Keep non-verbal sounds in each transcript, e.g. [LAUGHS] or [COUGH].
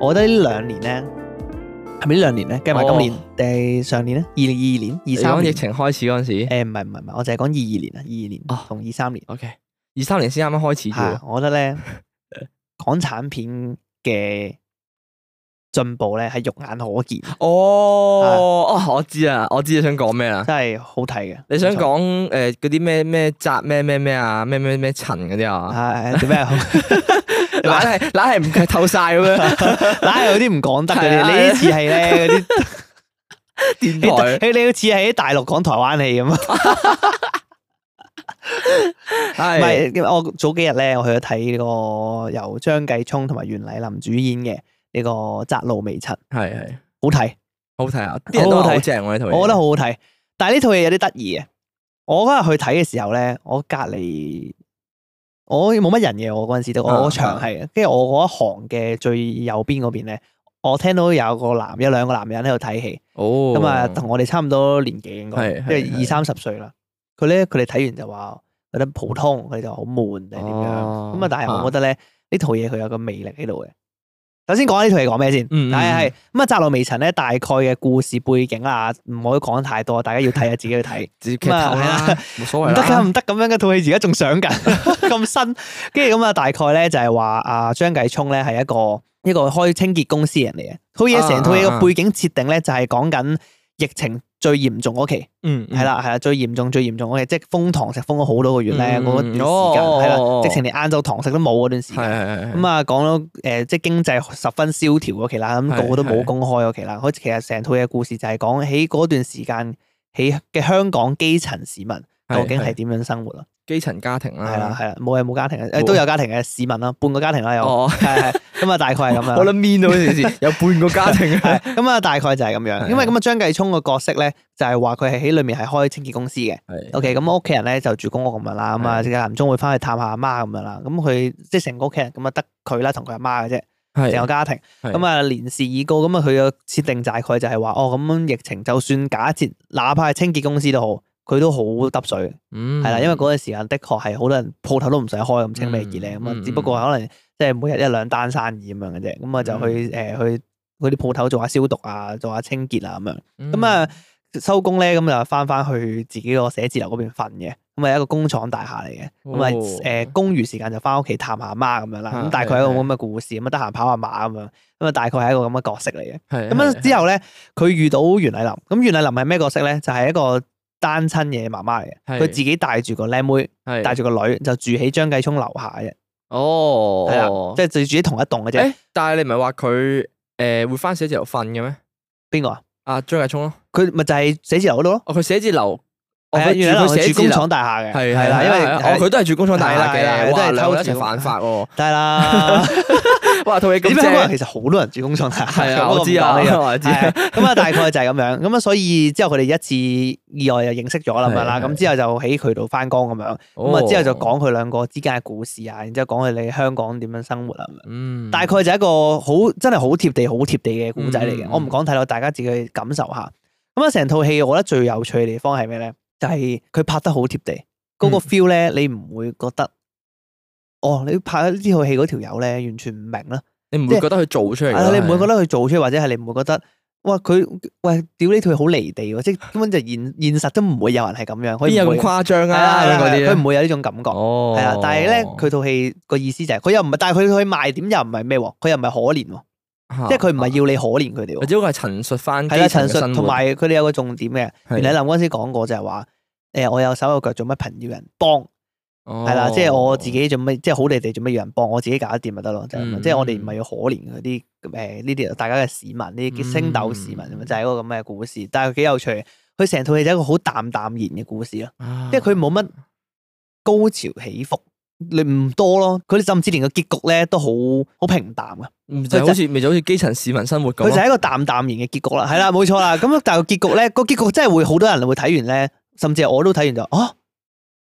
我覺得呢兩年呢，係咪呢兩年呢？計埋今年哦定係上年呢？二零二二二年、二三疫年。情開始嗰陣時誒唔係唔係唔係，我就係講二二年啊，二二年哦同二三年。 ，OK，二三年先啱啱開始啫係喎啊，，我覺得 [LAUGHS] 咧，港產片嘅進步咧係肉眼可見，啊哦，哦，我知啊，我知你想講咩啦，真係好睇嘅。你想唔錯？講誒嗰啲咩咩扎咩咩咩啊，咩咩咩塵嗰啲啊，係係做咩啊？ [LAUGHS] 懶係懶 [LAUGHS] 係唔劇透晒咁樣，嗱，有啲唔講得嘅係啊你呢次係咧嗰啲 [LAUGHS] 電你台你好似係喺大陸講台灣戲咁啊！唔係係，我早幾日咧，我去咗睇呢個由張繼聰同埋袁澧林主演嘅呢個《窄路微塵》，係係好睇。好睇啊，啲人都好話好睇好正喎呢套嘢，我覺得好好睇。但係呢套嘢有啲得意嘅。我嗰日去睇嘅時候咧，我隔離我冇乜人嘅，我嗰陣時都啊我嗰場係嘅，跟住我嗰一行嘅最右邊嗰邊咧，我聽到有個男有兩個男人喺度睇戲，哦，咁啊同我哋差唔多年紀應該，係因係為係二三十歲啦。佢咧佢哋睇完就話覺得普通，佢哋就好悶定係點樣哦咁啊？但係我啊覺得咧呢套嘢佢有個魅力喺度嘅。首先講下呢套嘢講咩先，嗯嗯係係咁啊！《窄路微塵》咧大概嘅故事背景啦，唔可以講太多，大家要睇下自己去 [LAUGHS] 睇。直接劇透咁啊啦係，冇所唔謂得㗎，啦，唔得咁樣嘅套戲，而家仲上 [LAUGHS] 緊，咁新。跟住咁啊，大概咧就係話啊張繼聰咧係一個一個開清潔公司人嚟嘅。套嘢成套嘢啊嘅啊啊背景設定咧就係講緊疫情最嚴重嗰期，嗯係，啦係啦，最嚴重最嚴重嗰期，即係封堂食封咗好多個月咧嗯嗰段時間，哦係哦啦，哦直情連晏晝堂食都冇嗰段時係間。係係係咁啊，講到誒，即係經濟十分蕭條嗰期啦，咁係個個都冇係公開嗰期啦。好似其實成套嘢故事就係講喺嗰段時間喺嘅香港基層市民究竟係點樣生活咯？啊基層家庭啦，係啦，係啦，冇係冇家庭啊嘅，誒啊冇都有家庭嘅市民啦，半個家庭啦有，哦係係咁啊，大概係咁 [LAUGHS] 我樣諗啦。面到呢件事，有半個家庭啊，係咁啊，大概就係咁樣。係因為咁啊，張繼聰個角色咧就係話佢係喺裏面係開清潔公司嘅。係 O.K. 咁屋企人咧就住公屋咁樣啦，咁啊，係間唔中會翻去探下阿媽咁樣啦。咁佢即係成個屋企人咁啊，得佢啦同佢阿媽嘅啫，係成個家庭。係咁啊，年事已高，咁啊，佢嘅設定大概就係話，哦，咁疫情就算假設，哪怕係清潔公司都好，佢都好揼水，嗯，係啦、因為嗰段時間的確係好多人鋪頭都唔使開咁清咩熱咧，嗯咁啊、嗯只不過可能即係每日一兩單生意咁樣嘅啫，咁啊就去誒、呃嗯去嗰啲鋪頭做下消毒啊，做下清潔啊咁樣，咁嗯啊收工咧，咁就翻翻去自己個寫字樓嗰邊瞓嘅，咁啊一個工廠大廈嚟嘅，咁啊哦誒公餘時間就翻屋企探下阿媽咁樣啦，咁啊大概係一個係係咁嘅故事，咁啊得閒跑下馬咁樣，咁啊大概係一個咁嘅角色嚟嘅。係咁樣之後咧，佢遇到袁澧林，咁袁澧林係咩角色咧？就係、一個單親嘅媽媽嚟嘅，係佢自己帶住個靚妹，係帶住個女，就住喺張繼聰樓下嘅，哦，係啦，即係就住喺同一棟嘅啫。誒，但係你唔係話佢誒會翻寫字樓瞓嘅咩？邊個啊？阿張繼聰咯，佢咪就係寫字樓嗰度咯，哦，佢寫字樓，哦，係啊佢袁澧住林佢寫住字工樓，廠大廈嘅，係係啦，係啦，因因為為哦，佢都係住工廠大廈係啦係啦嘅，都係哇，兩個一偷齊住犯 [LAUGHS] 法喎，得啦。哇，套嘢 [LAUGHS] 你哦咁知香港人正，其實好多人住工廠大廈，係不啊，過我唔知啊，講呢樣我知 [LAUGHS] 啊，係咁啊，大概就係咁樣。咁啊，所以之後佢哋一次意外就認識咗啦咁樣啦。係係咁之後就喺佢度翻工咁樣。咁啊，之後就哦，講佢兩個之間嘅故事啊，然之後講佢哋喺香港點樣生活啊。咁樣嗯，大概就係一個好真係好貼地、好貼地嘅故仔嚟嘅。嗯我唔講太多，大家自己去感受下。咁啊，成套戲我覺得最有趣嘅地方係咩咧？就係佢拍得好貼地，嗰個嗯 feel 咧，你唔會覺得哦，你拍呢套戲嗰條友咧，完全唔明啦。你唔即係會覺得佢做出嚟係啊㗎，啦，你唔會覺得得佢做出嚟，或者係你唔會覺得，哇佢喂屌呢套好離地喎，即 [LAUGHS] 係根本就現現實都唔會有人係咁樣，佢邊唔有會咁誇張係啊？啦係啦嗰係啲啦佢唔會有呢種感覺，哦，係啊啦。但係咧，佢套戲個意思就係佢又唔係，但係佢佢賣點又唔係咩喎，佢又唔係可憐喎，嚇即係佢唔係要你可憐佢哋我喎，只不過係陳述翻係啦，陳述同埋佢哋有個重點嘅，係袁澧林嗰陣時講過就係話，誒我有手有腳做乜朋要人幫。係係啦，即係我自己做乜，即係好地地做乜要人幫，我自己搞得掂咪得咯，就係咁樣嗯即係我哋唔係要可憐嗰啲誒呢啲大家嘅市民，呢啲啊嗯星斗市民，就係一個咁嘅故事，但係幾有趣。佢成套戲就係一個好淡淡然嘅故事咯，啊即係佢冇乜高潮起伏，你唔多咯。佢甚至連個結局咧都好好平淡啊。唔就好似咪就好似基層市民生活咁佢就咯。係一個淡淡然嘅結局啦， [LAUGHS] 係啦，冇錯啦。咁但係個結局咧，個結局真係會好多人會睇完咧，甚至係我都睇完就哦，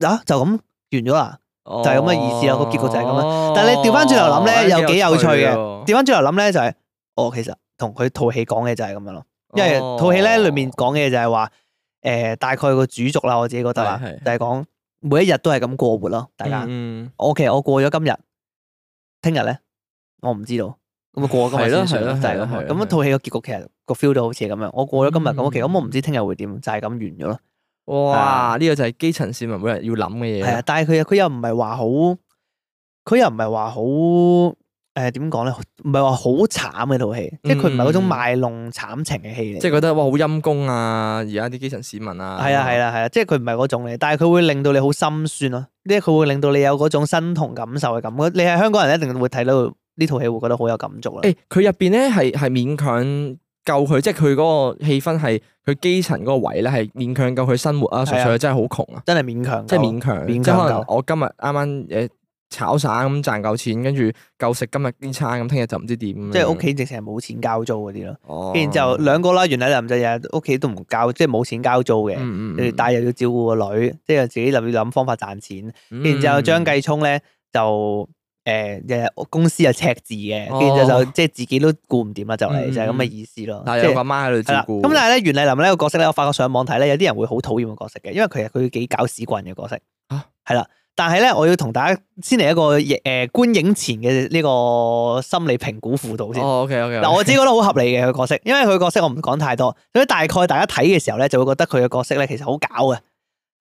啊就咁完咗啊啦。就係咁嘅意思啊啦個結局就係咁啦但係你調翻轉頭諗哦咧又幾有趣嘅嘅，調翻轉頭諗咧就係、哦，其實同佢套戲講嘅就係咁樣咯。哦因為套戲咧裏面講嘅就係話，誒、大概個主軸啦，我自己覺得啦，係係就係講每一日都係咁過活咯，大家。嗯， OK，我過咗今日，聽日咧，我唔知道。咁啊過咗今日先算啦，就係係咯係咯咁係啊。咯咁啊套戲個結局其實個 feel 都好似係咁樣。我過咗今日咁嗯 OK，咁我唔知聽日會點，就係咁完咗咯。嗯哇！呢個就係基層市民每日要諗嘅嘢啊係啊啦。，但係佢又佢又唔係話好，佢又唔係話好誒點講咧？唔係話好慘嘅套戲，即係佢唔係嗰種嗯賣弄慘情嘅戲嚟。即係覺得哇好陰功啊！而家啲基層市民啊，係啊係啦，啦係啦，即係佢唔係嗰種嚟，但係佢會令到你好心酸咯，即係佢會令到你有嗰種身同感受嘅感覺。你係香港人，一定會睇到呢套戲會覺得好有感觸啦。誒佢入邊咧係係勉強救佢，即係佢嗰個氣氛係佢基層嗰個位咧係勉強救佢生活啊，純粹係佢真係好窮啊，真係勉強，即係勉強，勉強即係可能夠我今日啱啱誒炒散咁賺夠錢，跟住夠食今日呢餐，咁聽日就唔知點咁樣。即係屋企直情係冇錢交租嗰啲咯。哦，跟住就兩個啦，原來林就日日屋企都唔交，即係冇錢交租嘅。嗯，嗯跟住但係又要照顧個女，即係自己又要諗方法賺錢。嗯跟住之後張繼聰咧就誒日日公司又赤字嘅，哦跟住就就即係自己都顧唔掂啦，就嗯嚟嗯就係咁嘅意思咯。但即係係有個媽喺度係照啦，顧。咁但係咧，袁麗琳呢個角色咧，我發覺上網睇咧，有啲人會好討厭個角色嘅，因為其實佢幾搞屎棍嘅角色。啊係啦，但係咧，我要同大家先嚟一個誒、呃、觀影前嘅呢個心理評估輔導先。哦，OK OK，啊嗱，我自己覺得好合理嘅佢角色，因為佢角色我唔講太多，所以大概大家睇嘅時候咧，就會覺得佢嘅角色咧其實好搞嘅，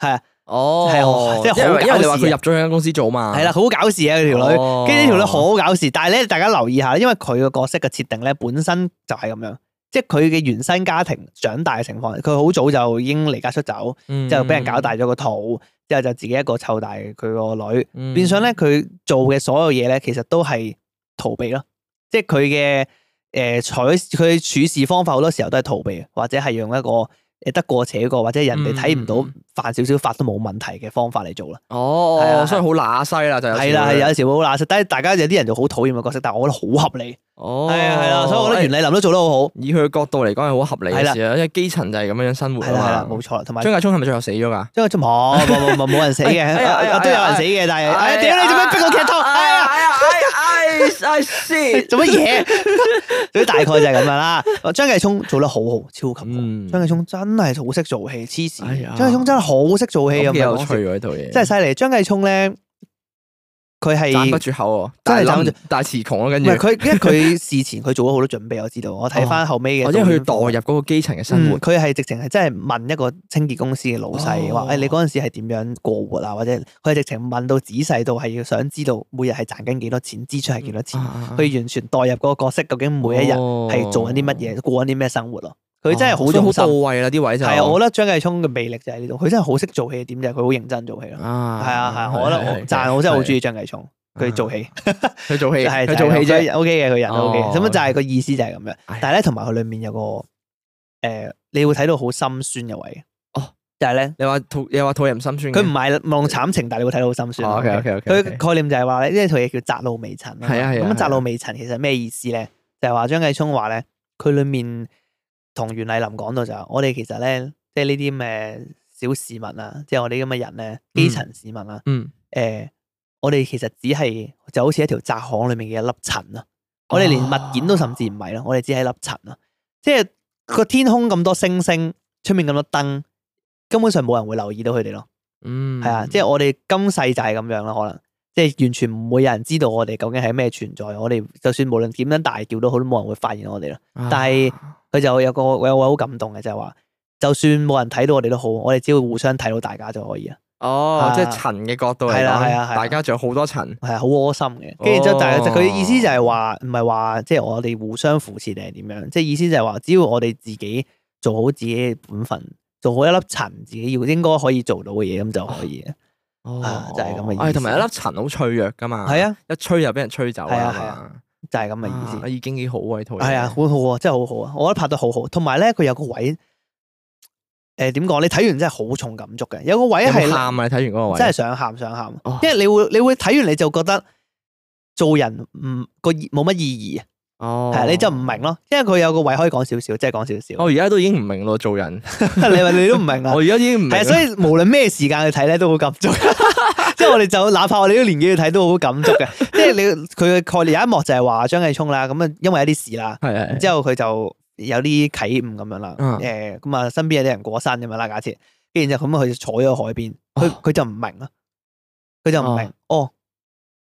係啊，哦，係哦即係好因為因為你搞話事啊佢入咗間公司做嘛，哦係啦，，好搞事啊佢條女，女跟住呢條女好搞事，但係咧，大家留意下，因為佢個角色嘅設定咧，本身就係咁樣，即係佢嘅原生家庭長大嘅情況，佢好早就已經離家出走，嗯之後俾人搞大咗個肚，之後就自己一個湊大佢個女，嗯，變相咧佢做嘅所有嘢咧，其實都係逃避咯，即係佢嘅誒採佢嘅處事方法好多時候都係逃避，或者係用一個誒得過且過，或者人哋睇唔到嗯犯少少法都冇問題嘅方法嚟做啦。係啊係哦啊，所以好乸西啦，就有時係啦，會係啊有時會好乸實，但係大家有啲人就好討厭嘅角色，但係我覺得好合理。哦，啊係啊係啦，所以我覺得袁嚟麗琳都做得好好。以佢嘅角度嚟講係好合理係啦嘅事啊啦，因為基層就係咁樣生活係啦係啦啊，嘛冇。錯啦，同埋張繼聰係咪最後死咗㗎？張繼聰冇冇冇冇冇人死嘅， [LAUGHS] 哎哎呀哎呀啊都有人死嘅，但係哎屌你做咩逼我劇透？哎呀！哎呀哎呀哎呀 shit！做乜嘢？佢大概就係咁樣啦。張繼聰做得好好，超級好。嗯張繼聰真係好識做戲，黐哎線呀。張繼聰真係好識做戲咁咁幾有趣啊樣，喎呢套嘢，真係犀利。張繼聰咧，佢係讚不絕口喎，真係但讚不係絕諗但係詞窮咯，唔跟住係。佢？因為佢事前佢做咗好多準備，我知道。我睇翻後尾嘅哦導演訪因問，為佢代入嗰個基層嘅生活嗯，佢係直情係真係問一個清潔公司嘅老細，哦話誒、你嗰陣時係點樣過活啊？或者佢係直情問到仔細到係要想知道每日係賺緊幾多錢，支出係幾多嗯錢，佢、啊哦完全代入嗰個角色，究竟每一日係做緊啲乜嘢，過緊啲咩生活咯？佢真係好哦所以用到心。位啦，啲位就係啊，我覺得張繼聰嘅魅力就喺呢度，佢真係好識做戲嘅點就係佢好認真做戲咯。係啊啊係啊，我覺得我讚，我真係好中意張繼聰，佢做戲佢做戲，係佢做戲啫。 ，O K 嘅佢人哦 O K，咁就係個意思就係咁樣。唉但係咧，同埋佢裡面有個誒，你會睇到好心酸嘅位。哦，就係咧，你話套，你話套人心酸嘅，哦佢唔係望慘情，但係你會睇到好心酸。 OK OK OK，佢概念就係話咧，呢一套嘢叫《窄路微塵》啦。係啊係啊咁《窄係啊路微塵》其實咩意思咧？就係話張繼聰話咧，佢裡面同袁麗琳講到就係，我哋其實咧，即係呢啲咩小市民啊，即係我哋咁嘅人咧，基層市民啊，嗯，誒、我哋其實只係就好似一條窄巷裏面嘅一粒塵啊！我哋連物件都甚至唔係啦，我哋只係一粒塵啊！即係個天空咁多星星，出面咁多燈，根本上冇人會留意到佢哋咯。嗯，係啊，即係我哋今世就係咁樣啦，可能即係完全唔會有人知道我哋究竟係咩存在。我哋就算無論點樣大叫都好，都冇人會發現我哋啦。啊但係佢就有個有位好感動嘅，就係話，就算冇人睇到我哋都好，我哋只要互相睇到大家就可以啦。哦啊，即係塵嘅角度嚟係啦係啊係啊講，大家仲有好多塵，係好窩心嘅，跟住之後，但係哦佢嘅意思就係話，唔係話即係我哋互相扶持定係點樣，即係意思就係話，只要我哋自己做好自己嘅本分，做好一粒塵自己要應該可以做到嘅嘢，咁就可以。啊就係咁嘅意思哦唉同埋一粒塵好脆弱噶嘛，係啊，一吹就俾人吹走係啊啊係嘛，就係咁嘅意思。啊已經幾好啊呢套嘢，係啊，好好啊，真係好好啊！我覺得拍得好好，同埋咧，佢有個位誒點講？你睇完真係好重感觸嘅，有個位有係冇喊啊！你睇完嗰個位，真係想喊想喊哦，因為你會你會睇完你就覺得做人唔個意冇乜意義，哦係啊你就唔明咯。因為佢有個位可以講少少，即係講少我而家都已經唔明咯，做人，哦少。你話 [LAUGHS] 你都唔明啦我，而家已經唔明係啦。啊，所以無論咩時間去睇咧都好感 [LAUGHS] 觸。即係我哋就哪怕我哋呢個年紀去睇都好感觸嘅。即係你佢嘅概念有一幕就係話張繼聰啦，咁啊因為一啲事啦。係然係之後佢就有啲啟悟咁樣啦，嗯誒咁啊身邊有啲人過身咁樣啦，假設，跟住然之後咁佢就坐咗喺海邊，佢哦佢就唔明啦，佢就唔明哦，哦，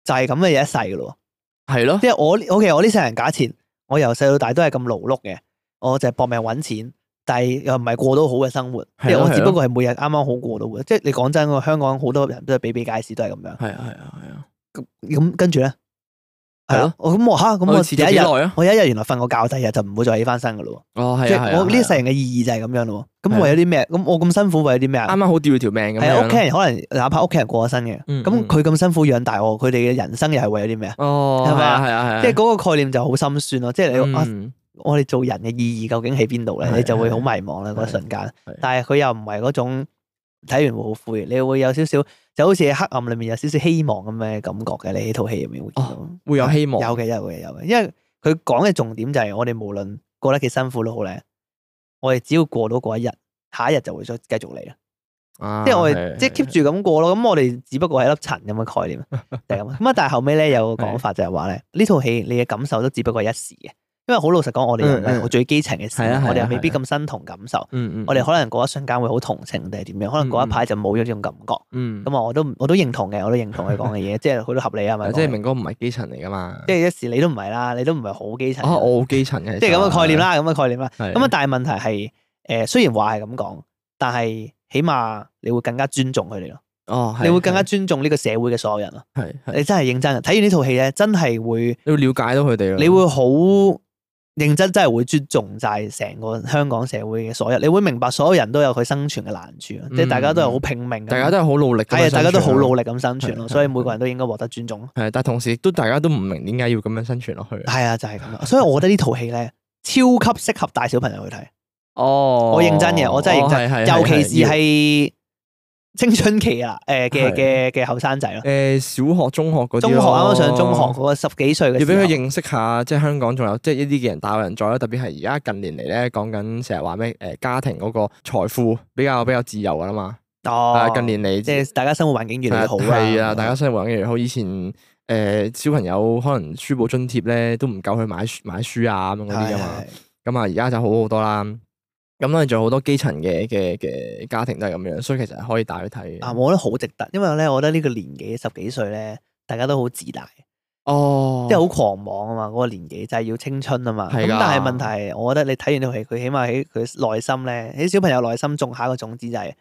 就係咁嘅嘢一世噶咯係咯喎，，即係我呢我其實我呢世人假設我由細到大都係咁勞碌嘅，我就係搏命揾錢，但係又唔係過到好嘅生活，即係係咯我係啊只咯不過係每日啱啱好過到嘅，即係你講真，我香港好多人都係比比皆是，都係咁樣，係啊係啊係啊，咁跟住咧，係咯係咯，我咁我吓咁我我哋遲咗有一幾日。耐啊？我有一日原來瞓個覺，第二日就唔會再起翻身噶咯喎。哦係即啊係係啊，我係呢啊世人嘅意義就係咁樣咯。咁係啊為咗啲咩？咁我咁辛苦為咗啲咩啊啱？啱好吊條命咁係啊，樣屋企咯。人可能哪怕屋企人過咗身嘅，嗯咁嗯佢咁辛苦養大我，佢哋嘅人生又係為咗啲咩啊？哦，係係咪啊啊係啊係啊，即係嗰個概念就好心酸咯。即係你啊，嗯我哋做人嘅意義究竟喺邊度咧？係你就會好迷茫啦係嗰瞬間係。但係佢又唔係嗰種睇完會好灰，你會有少少就好似喺黑暗裏面有少少希望咁嘅感覺嘅。你喺套戲入面會見到。會有希望。啊有嘅，有嘅，有嘅。因為佢講嘅重點就係我哋無論過得幾辛苦都好咧，我哋只要過到嗰一日，下一日就會再繼續嚟啦。啊即係我哋即係 keep 住咁過咯。咁我哋只不過係粒塵咁嘅概 [LAUGHS] 念，就係咁。咁啊，但係後尾咧有個講法就係話咧，呢套戲你嘅感受都只不過係一時嘅，因為好老實講，我哋人嗯嗯係最基層嘅事，係啊係啊我哋係未啊必咁身同感受。嗯嗯，我哋可能嗰一瞬間會好同情定係點樣，可能嗰一嗯嗯排就冇咗呢種感覺。嗯咁啊，我都唔我都認同嘅，我都認同佢講嘅 [LAUGHS] 嘢，即係佢都合理啊係咪講嘅？即係明哥唔係基層嚟噶嘛？即係一時你都唔係啦，你都唔係好基層。啊，我好基層嘅，即係咁嘅概念。啦，咁嘅概念啦。係咁啊，但係問題係，诶、雖然話係咁講，但係起碼你會更加尊重佢哋咯，哦，係你會更加係尊重呢個社會嘅所有人咯。係係你真係認真嘅，啊睇完呢套戲咧，真係會，你要了解到佢哋咯。你會好認真，真係會尊重晒成個香港社會嘅所有，你會明白所有人都有佢生存嘅難處啊咯，即係大家都係好拼命咁，嗯大家都係好努力咁樣係啊，生存大咯，家都好努力咁生存咯，係所以每個人都應該獲得尊重咯。係，但同時亦都大家都唔明點解要咁樣生存落去。係啊，就係咁啦。所以我覺得呢套戲咧，超級適合帶小朋友去睇。哦我認真嘅，我真係認真，真尤其是係青春期啊，誒嘅嘅嘅後生仔咯，誒小學、中學嗰啲咯，中學啱啱上中學嗰啊個十幾歲嘅要時俾候，佢認識下，即係香港仲有即係一啲嘅人大有人在啦，特別係而家近年嚟咧講緊成日話咩誒家庭嗰個財富比較比較自由噶啦嘛，啊嗯哦，近年嚟即係大家生活環境越嚟越好啦，係啊，大家生活環境越嚟越好，以前誒小朋友可能書簿津貼咧都唔夠去買書買書啊咁樣嗰啲噶嘛。係咁啊，而家就好好多啦。咁當然仲有好多基層嘅嘅嘅家庭都係咁樣，所以其實係可以帶佢睇啊，嘅。我覺得好值得，因為咧，我覺得呢個年紀十幾歲咧，大家都好自大，哦，即係好狂妄啊嘛，嗰個年紀就係要青春啊嘛，咁係㗎但係問題係，我覺得你睇完呢套戲，佢起碼喺佢內心咧，喺小朋友內心種下一個種子就係，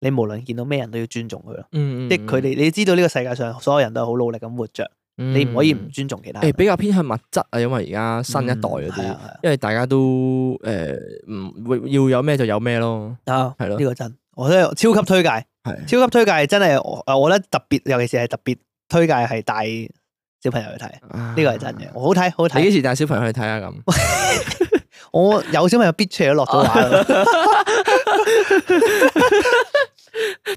你無論見到咩人都要尊重佢咯。嗯，嗯即係佢，哋，你知道呢個世界上所有人都係好努力咁活着，嗯你唔可以唔尊重其他人。誒比較偏向物質啊，因為而家新一代嗰嗯係啲，啊係啊因為大家都誒唔會要有咩就有咩咯，啊，係咯呢個真，我真係超級推介，係超級推介真係我，我覺得特別，尤其是係特別推介係帶小朋友去睇，呢呢個係真嘅，。好睇好啊你幾睇。時帶小朋友去睇下咁？ [LAUGHS] 我有小朋友必除咗落咗啊畫，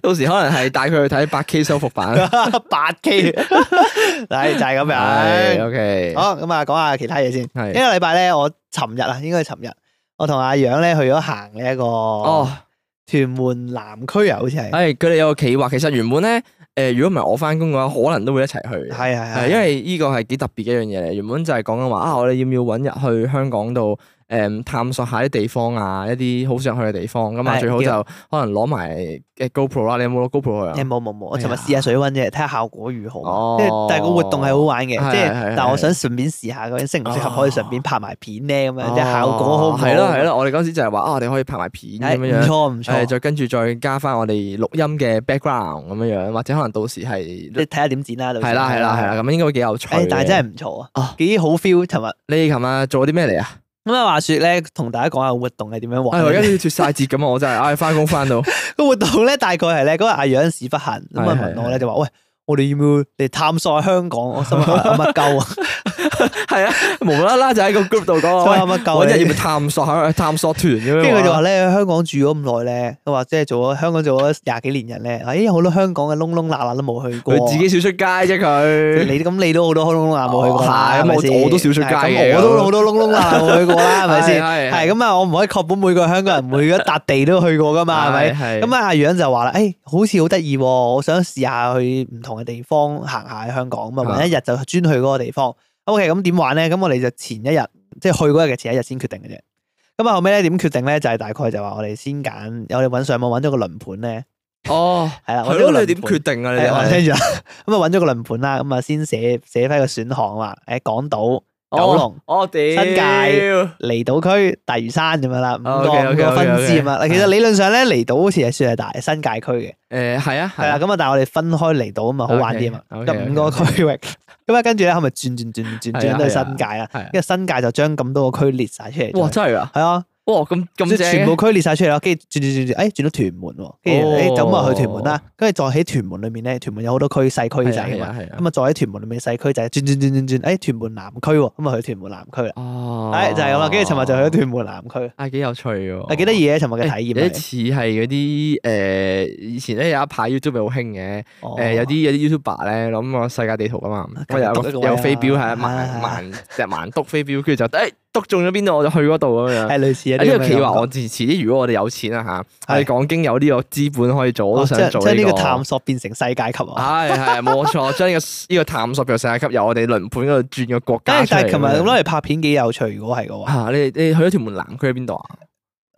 到時可能係帶佢去睇八 [LAUGHS] K 修復版。 [LAUGHS] 八 K，係就係咁係樣。 OK，好，咁啊，講下其他嘢先。呢係個禮拜咧，我尋日啊，應該係尋日，我同阿楊咧去咗行呢一個哦。屯門南區啊，好似係。係佢哋有個企劃，其實原本咧，誒、如果唔係我翻工嘅話，可能都會一齊去。係係係係，因為呢個係幾特別嘅一樣嘢嚟。原本就係講緊話啊，我哋要唔要揾日去香港度誒、探索下啲地方啊，一啲好想去嘅地方咁啊，係最好叫就可能攞埋誒 GoPro 啦。你有冇攞 GoPro 去誒啊？冇冇冇，我哎尋日呀試下水溫啫，睇下效果如哦何。即係但係個活動係好玩嘅，係即係係係但係我想順便試下究竟適唔適合可以順便拍埋片咧咁樣，即係效果好唔好？係哦咯係咯，我哋嗰時就係話啊，我哋可以拍埋片哎，咁唔樣樣。錯唔誒，錯，再跟住再加翻我哋錄音嘅 background 咁樣樣，或者可能到時係你睇下點剪啦。到時係啦係啦係啦，。咁應該會幾有趣嘅。啊誒，但係真係唔錯啊哦，幾好 feel 尋日。你琴日做咗啲咩嚟啊？哎咁啊，話説咧，同大家講下活動係點樣唉，我而家玩。要脱晒節咁啊！我真係唉，翻工 [LAUGHS] 翻到，個活動咧大概係咧嗰日阿楊屎忽痕咁啊係係 [LAUGHS] 問我咧就話喂。我哋要唔要嚟探索下香港？我心諗有乜鳩啊！係啊，無啦啦就喺個 group 度講所以話，啱啱我一救日你要。探索下探索團咁樣。跟住佢就話咧，喺香港住咗咁耐咧，佢話即係做咗香港做咗廿幾年人咧，哎有好多香港嘅窿窿罅罅都冇去過。佢自己少出街啫，佢你咁你都好多窿窿罅罅冇去過啦，哦係咁係咪我先我都少出街係嘅咁我都好多窿窿罅罅冇去過啦，係咪先？係係咁啊，我唔可以確保每個香港人每一笪地都去過噶嘛，係咪？咪咁啊，阿楊就話嗯啦，誒，好似好得意喎，我想試下去唔同嘅地方行下喺香港，咁啊，啊揾一日就專去嗰個地方。OK，咁點玩咧？咁我哋就前一日，即係去嗰日嘅前一日先決定嘅啫。咁啊，後尾咧點決定咧？就係、大概就話我哋先揀，我哋揾上網揾咗個輪盤咧，哦，係啦，係咯，你點點決定啊？你係我哋聽住啦，咁啊揾咗個 [LAUGHS] 輪盤啦，咁啊先寫寫翻個選項話，誒港島、九龍、我哦屌新界離島區、大嶼山咁樣啦，五個 OK，OK，OK，OK 五個分支咁樣啦。其實理論上咧，離島好似係算係大新界區嘅。誒係啊系啦，咁啊，但係我哋分開嚟到啊嘛，好玩啲啊嘛， OK，OK，得五個區域，咁啊，跟住咧，後咪轉轉轉轉係啊轉到去新界啦，係啊跟住新界就將咁多個區列晒出嚟，哇真係啊！係啊，哇咁即咁係正全部區列晒出嚟啦，跟住轉轉轉轉，誒轉到哎屯門喎，跟住哦誒就咁啊去屯門啦，跟住再喺屯門裏面咧，屯門有好多區細區仔係㗎啊嘛，係啊咁啊再喺屯門裏面細區仔轉轉轉轉轉，誒哎屯門南區喎，咁啊去屯門南區啦，哦誒哎就係咁啦，啊跟住尋日就去咗屯門南區，啊幾有趣喎，係幾得意嘅尋日嘅誒體有驗啲係。似係嗰啲誒，以前咧有一排 YouTube 咪好興嘅，哦誒有啲有啲 YouTuber 咧諗個世界地圖噶嘛，咁我有個篤一個位啊有飛鏢係係盲係盲隻盲篤飛鏢，跟住就誒哎篤中咗邊度我就去嗰度咁樣。係類似有啲呢咁個嘅企感劃覺我自遲啲，如果我哋有錢啦嚇，係我哋港經有呢個資本可以做，我哦都即想係做即係呢個個探。索變成世界級啊！係係冇錯， [LAUGHS] 將呢個呢個探索嘅世界級由我哋輪盤嗰度轉個國家哎但係但係出嚟咁樣。琴日攞嚟拍片幾有趣，如果係嘅話。啊，你你去咗屯門南區邊度啊？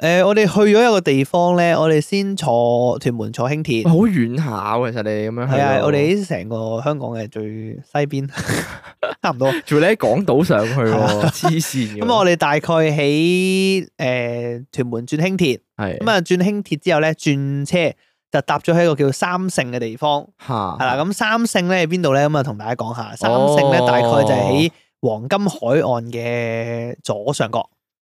誒、我哋去咗一個地方咧，我哋先坐屯門坐輕鐵哇，好遠下喎，其實哦你咁樣嗯去係啊，到我哋喺成個香港嘅最西 [LAUGHS] 邊，差唔多。仲要你喺港島上去係喎，啊黐線嘅。咁我哋大概喺誒、屯門轉輕鐵，係咁啊轉輕鐵之後咧轉車就搭咗喺一個叫三聖嘅地方，嚇係啦。咁三聖咧喺邊度咧？咁啊同大家講下，三聖咧大概就哦係喺黃金海岸嘅左上角，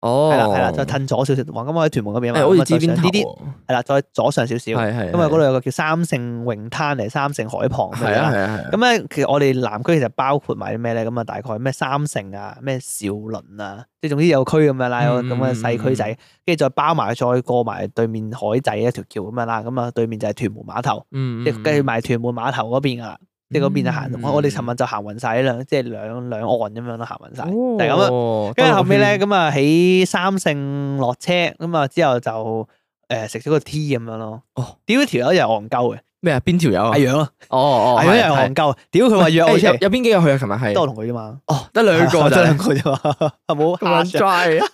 哦，係啦係啦，再褪左少少，黃金海喺屯門嗰邊啊嘛。係好咁似啊再知邊上頭呢啲喎係啦，再左上少少。啊係係，因為嗰度有個叫三聖泳灘嚟，三聖海旁咁樣係啊啦。係啊係啊，咁咧，其實我哋南區其實包括埋啲咩咧？咁啊，大概咩三聖啊、咩兆麟啊，即係總之有區咁樣嗯啦，有個咁嘅細區仔，跟住再包埋，再過埋對面海仔一條橋咁樣啦。咁啊，對面就係屯門碼頭，嗯即係跟住埋屯門碼頭嗰邊噶啦。即係嗰邊就行，嗯我哋尋日就行暈晒啦，即係兩兩岸咁樣咯，行暈晒，哦就係咁啦。跟住後尾咧，，咁啊喺三聖落車，咁啊之後就誒食咗個 tea 咁樣咯。哦，屌條友又係戇鳩嘅，咩啊？邊條友啊阿？楊啊，哦哦，阿係楊又係戇鳩，哎屌佢話約係我誒出有嚟，有邊幾個去啊？琴日係得我同佢啫嘛，哦，得 [LAUGHS] 兩個得兩啫，個啫嘛， [LAUGHS] 冇咁啊 dry 啊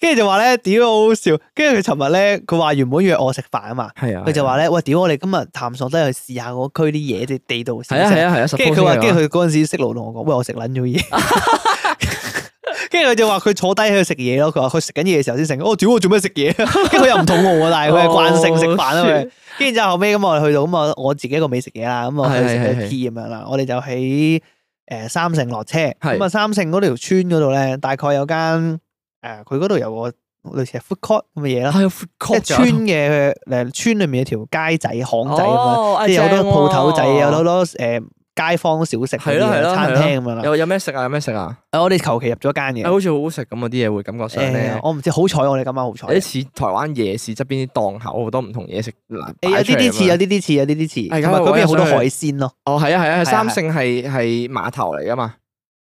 跟住就話咧，屌好好笑，跟住佢尋日咧，佢話原本約我食飯啊嘛，係啊，佢就話咧，喂，屌我哋今日探索得去試下嗰區啲嘢，即係地道小係啊食係啊係啊，跟住佢話，話跟住佢嗰陣時識路同我講，喂，我食撚咗 [LAUGHS] 嘢。跟住佢就話佢坐低喺度食嘢咯，佢話佢食緊嘢嘅時候先醒，哦，屌我做咩食嘢？ [LAUGHS] 跟住佢又唔肚餓喎，但係佢係哦慣性食飯啊佢。跟住之後後尾咁我哋去到咁啊，我自己一個美食嘢啦，咁啊去食係係係咗 tea 咁樣啦，我哋就喺誒三聖落車，咁啊三聖嗰條村嗰度咧，大概有間誒佢嗰度有個類似係 food court 咁嘅嘢啦，係啊啊 food 即 court 係村嘅誒村裏面有條街仔巷仔咁樣。啊哦即係有好多鋪頭仔，啊有好多誒街坊小食嗰係啲咯係咯啊餐廳咁樣啦。有有咩食啊？有咩食啊？我哋求其入咗間誒，嘅，好似好好食咁啊！啲嘢會感覺上誒咧，我唔知，好彩我哋今晚好有彩。啲似台灣夜市側邊啲檔口好多唔同嘢食，嗱誒有擺出啲啲嚟咁似，樣有啲啲似，有啲啲似，係咁同埋我嗰有邊好多想去海鮮咯，哦，係啊係啊，係係啊三聖係係碼頭嚟噶嘛，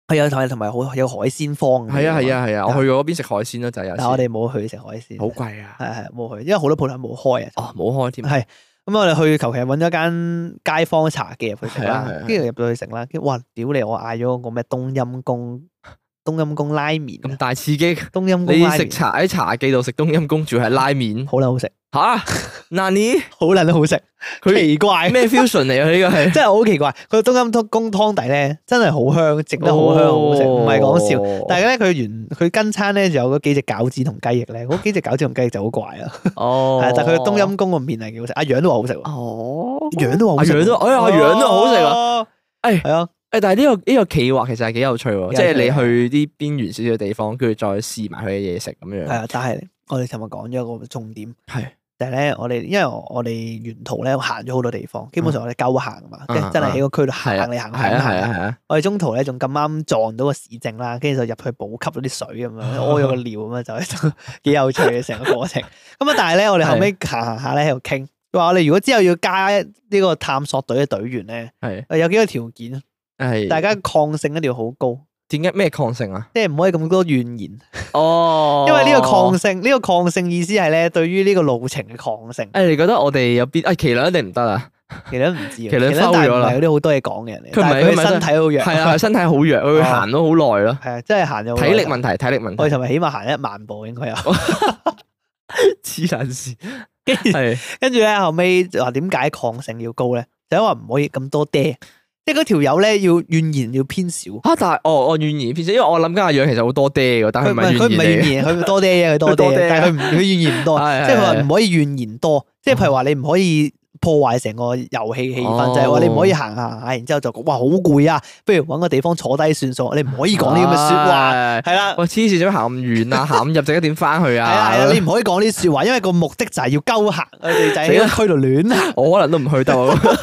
係有同埋同埋好有海鮮坊。係啊係，啊係啊，我去過嗰邊食海鮮咯，就係有時但係我哋冇去食海鮮，好貴啊，係係冇去，因為好多鋪頭冇開啊。哦冇開 [LAUGHS] 添，係咁我哋去求其揾咗間街坊茶記入去食係啊啦係啊，跟住入到去食啦，跟住哇屌你！我嗌咗個咩冬陰公冬陰公拉麵咁啊，大 [LAUGHS] 刺激，冬陰公你拉食麵茶喺茶記度食冬陰公，仲係拉麵好撚好食， [LAUGHS] 吓？嗱你好撚好食，奇怪。咩 fusion 嚟啊？呢個係真係好奇怪，佢冬陰公湯底咧 [LAUGHS] 真係好香，整得好香，哦好食，唔係講笑。笑但係咧，佢原佢跟餐咧就有嗰幾隻餃子同雞翼咧，嗰幾隻餃子同雞翼就好怪啦。哦係，但係佢冬陰公個麵係幾好食，阿楊都話好食喎，哦，楊都話好食喎，阿楊都哎呀阿楊都話好食啊啊，哎係啊，誒，但係呢個呢個企劃其實係幾有趣喎，幾即係有趣啊你去啲邊緣少少嘅地方，跟住再試埋佢嘅嘢食咁哎係樣，啊，但係我哋尋日講咗一個重點，係但係咧，我哋因為我我哋沿途咧行咗好多地方，基本上我哋夠行嘛，跟住真係喺個區度行嗯係啊嚟行去係啊行係啊去。係啊，我哋中途咧仲咁啱撞到個市政啦，跟住就入去補給咗啲水咁啊樣，屙咗個尿咁樣就係 [LAUGHS] 幾有趣嘅成個過程。咁啊，但係咧，我哋後尾行行下咧喺度傾，佢話我哋如果之後要加呢個探索隊嘅隊員咧，係有幾個條件，啊係。大家抗性一定要好高，點解咩抗性啊？即係唔可以咁多怨言。哦 [LAUGHS] 因為呢個抗性，呢個抗性意思係咧，對於呢個路程嘅抗性，誒，你覺得我哋有邊？誒，麒麟一定唔得啊！其實都唔知嘅。麒麟但 foul 係咗唔啦係嗰啲好多嘢講嘅人嚟，佢唔係但係佢咪佢身體好弱，[LAUGHS] 係啊，佢身體好弱，佢哦行咗好耐咯。係啊，真係行咗好耐體力問題，體力問我哋題，同埋起碼行一萬步應該有。黐撚線。係跟住咧後尾就話點解抗性要高咧？就因為唔可以咁多爹，即係嗰條友咧要怨言要偏少。啊，但係哦，我怨言偏少，因為我諗緊阿楊其實好多爹嘅，但係佢佢唔啊唔係係佢唔係怨怨言言，佢多爹嘅，佢佢多多爹爹，但係佢唔佢怨言唔多，係係即係佢話係唔可以怨言多，即係譬如話你唔可以破壞成個遊戲氣氛，哦就係話你唔可以行行下，然之後就講哇好攰啊，不如揾個地方坐低算數，你唔可以嚟講呢咁嘅説話，唉係啦。喂，黐線，做咩行咁 [LAUGHS] 遠啊？行咁入，陣一點翻去係啊係啊啊，？你唔可以講呢啲説話，因為個目的就係要鳩行，我哋就喺死個啦區度亂啊行。我可能都唔去 [LAUGHS] 得喎。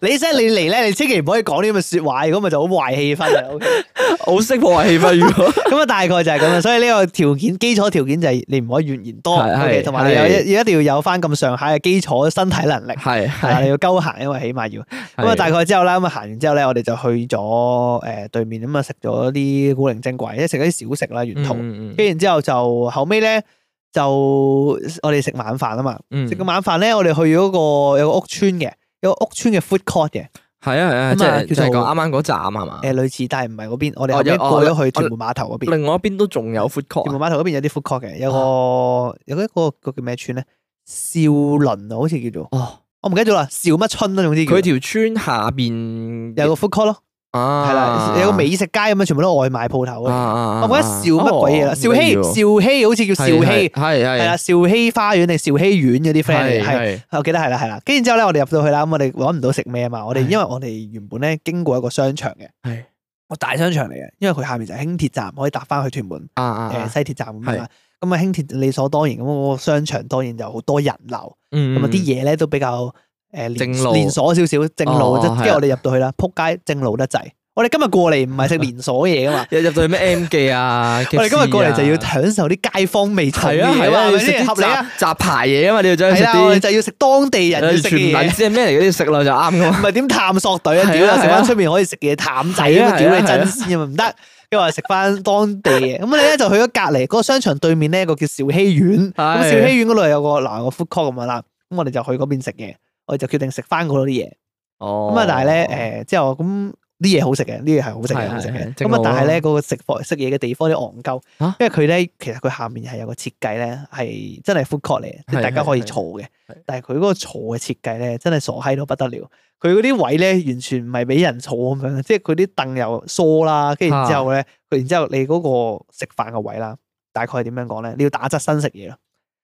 你即係你嚟咧，你千祈唔可以講呢啲咁嘅説話，如果咪就好壞氣氛啊。OK [LAUGHS] 我好識破壞氣氛，如果咁啊，大概就係咁啦。所以呢個條件基礎條件就係你唔可以怨言多係係，OK，同埋你有係一一定要有翻咁上下嘅基礎身體能力。係係啊，係你要鳩行，因為起碼要。咁啊，係大概之後啦，咁啊行完之後咧，我哋就去咗誒對面咁啊，食咗啲古靈精怪，即係食咗啲小食啦，沿途。嗯嗯跟住然之後就後尾咧，就我哋食晚飯啊嘛。嗯食個晚飯咧，我哋去嗰個有個屋村嘅，有個屋村嘅 food court 嘅，係啊係啊，咁即啊係就叫係做講啱啱嗰站係嘛？誒類似，但係唔係嗰邊，我哋啊哦後尾有過咗去我屯門碼頭嗰邊。另外一邊都仲有 food court 屯啊門碼頭嗰邊有啲 food court 嘅，有個有一個個叫咩村咧？兆麟啊，好似叫做，哦，我唔記得咗啦，兆乜春啦，總之叫佢條村下邊有個 food court 咯，啊，係啦，有個美食街咁樣，全部都係外賣鋪頭啊哦嘅。啊我唔記得兆乜鬼嘢啊啦，兆禧兆禧好似叫兆禧，係係啦，係兆禧花園定兆禧苑嗰啲 friend 嚟，係係我哦記得係啦係啦。跟住之後咧，我哋入到去啦，咁我哋揾唔到食咩啊嘛，我哋係因為我哋原本咧經過一個商場嘅，係個大商場嚟嘅，因為佢下面就係輕鐵站，可以搭翻去屯門。啊誒啊，西鐵站咁樣係啦。咁啊，輕鐵理所當然，咁嗰個商場當然就好多人流，咁咁啊啲嘢咧都比較誒連嗯正路連鎖少少，正路哦即係啊跟住我哋入到去啦，撲街正路得滯。我哋今日過嚟唔係食連鎖嘢噶 [LAUGHS] 嘛，入入到去咩 M 記啊， [LAUGHS] 我哋今日過嚟就要享受啲街坊味重係嘅啊嘢係嘛，啊，係咪要食先合理啊？雜牌嘢啊嘛，你要走去食係啦，我哋啲就要食當地人要食全嘅嘢唔。知係咩嚟嗰啲食落就啱 [LAUGHS] 噶嘛。唔係點探索隊啊？係啊屌啊！食係啊翻出面可以食嘢淡仔咁係啊！啊屌係你啊真鮮啊，唔得。跟住話食翻當地嘅，咁你咧就去咗隔離嗰個商場對面咧，有個叫兆禧苑。咁係兆禧苑嗰度有個嗱有個 food court 咁樣啦，咁我哋就去嗰邊食嘢，我哋就決定食翻嗰度啲嘢。哦 [LAUGHS] 咁啊，但係咧誒之後咁啲嘢好食嘅，啲嘢係好食嘅，係好食係嘅。係咁正啊路，但係咧啊嗰個食貨食嘢嘅地方啲戇鳩嚇，因為佢咧其實佢下面係有個設計咧係真係 food court 嚟嘅，即係係大家可以係係坐嘅係。但係佢嗰個坐嘅設計咧真係傻閪到不得了，佢嗰啲位咧完全唔係俾人坐咁樣嘅，即係佢啲凳又疏啦，跟住然之後啊咧，佢然之後你嗰個食飯嘅位啦，大概點樣講啊咧？你要打側身食嘢咯。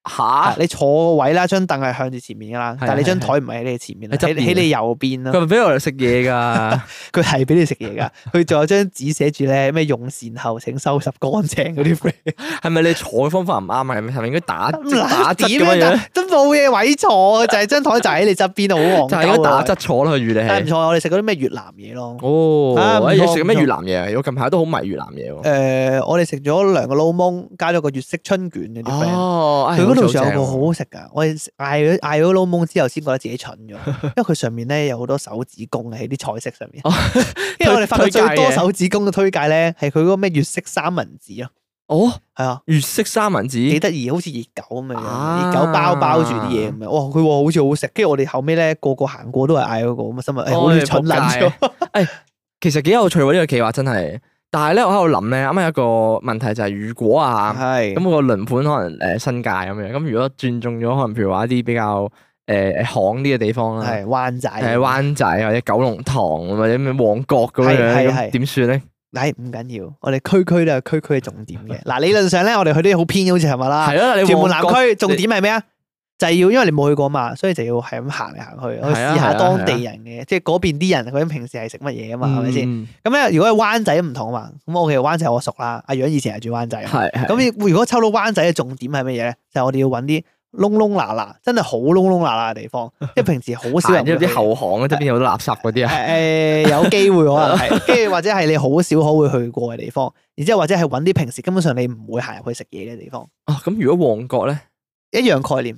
嚇，你坐個位啦，張凳係向住前面噶啦，啊係但係你張係台唔係喺你前面啦，喺側喺邊喺你右邊啦佢。咪俾我哋食嘢㗎？ [LAUGHS] 佢係俾你食 [LAUGHS] 嘢噶，佢仲有張紙寫住咧咩用膳後請收拾乾淨嗰 [LAUGHS] 啲 friend，係咪你坐嘅方法唔啱啊？係咪係咪應該打打側啊點咁樣樣？樣都冇嘢位坐，就係張台就喺你側邊，好戇就係應鳩該打啊！側坐咯，佢預你但係係唔。錯，我哋食嗰啲咩越南嘢咯。哦，啊唔哎錯你食唔咩錯越南嘢啊？我近排都好迷越南嘢喎。誒，我哋食咗兩個撈檬，加咗個粵式春卷嗰啲 friend。哦，哎佢嗰度好似仲有正個喎啊好好食㗎，我哋食嗌咗嗌咗撈檬之後，先覺得自己蠢咗， [LAUGHS] 因為佢上面咧有好多手指公喺啲菜式上面哦。 [LAUGHS] 因為我哋發覺推推介最多嘅手指公嘅推介咧，係佢嗰個咩粵式三文治咯，哦，係啊。粵式三文治，幾得意，好似熱狗咁嘅樣，啊熱狗包包住啲嘢咁樣。哇，佢話好似好食，跟住我哋後尾咧個個行過都係嗌嗰個咁啊，心諗誒哦好似你蠢撚仆街咗。 [LAUGHS] 其實幾有趣喎呢個企劃真係。但係咧，我喺度諗咧，啱啱有一個問題就係，如果啊， [LAUGHS] 係咁個輪盤可能誒新界咁樣，咁如果轉中咗，可能譬如話一啲比較呃誒巷啲嘅地方啦，係灣仔，誒啊灣仔或者九龍塘或者咩旺角咁係樣係係樣，咁點算咧？唉唔緊要，我哋區區都有區區嘅重點 [LAUGHS] 嘅。嗱理論上咧，我哋去啲好偏嘅好似係咪啦？係啦，你啊屯門旺南角區重點係咩啊？就係要因為你冇去過嘛，所以就要係咁行嚟行去，去係啊試下係啊當地人嘅，即係嗰邊啲人佢平時係食乜嘢啊嘛，係咪先？嗯咁咧如果係灣仔唔同啊嘛，咁我其實灣仔我熟啦，阿楊以前係住灣仔啊嘛。係係咁如果抽到灣仔嘅重點係乜嘢咧？就係、我哋要揾啲窿窿罅罅，真係好窿窿罅罅嘅地 [LAUGHS] 方，即係平時好少人行入會啲去後巷啊，即係邊有好多垃圾嗰啲啊？誒誒有機 [LAUGHS] 會可能係，跟住或者係你好少可會去過嘅地方，然之後或者係揾啲平時根本上你唔會行入去食嘢嘅地方，啊，咁如果旺角咧，一樣概念。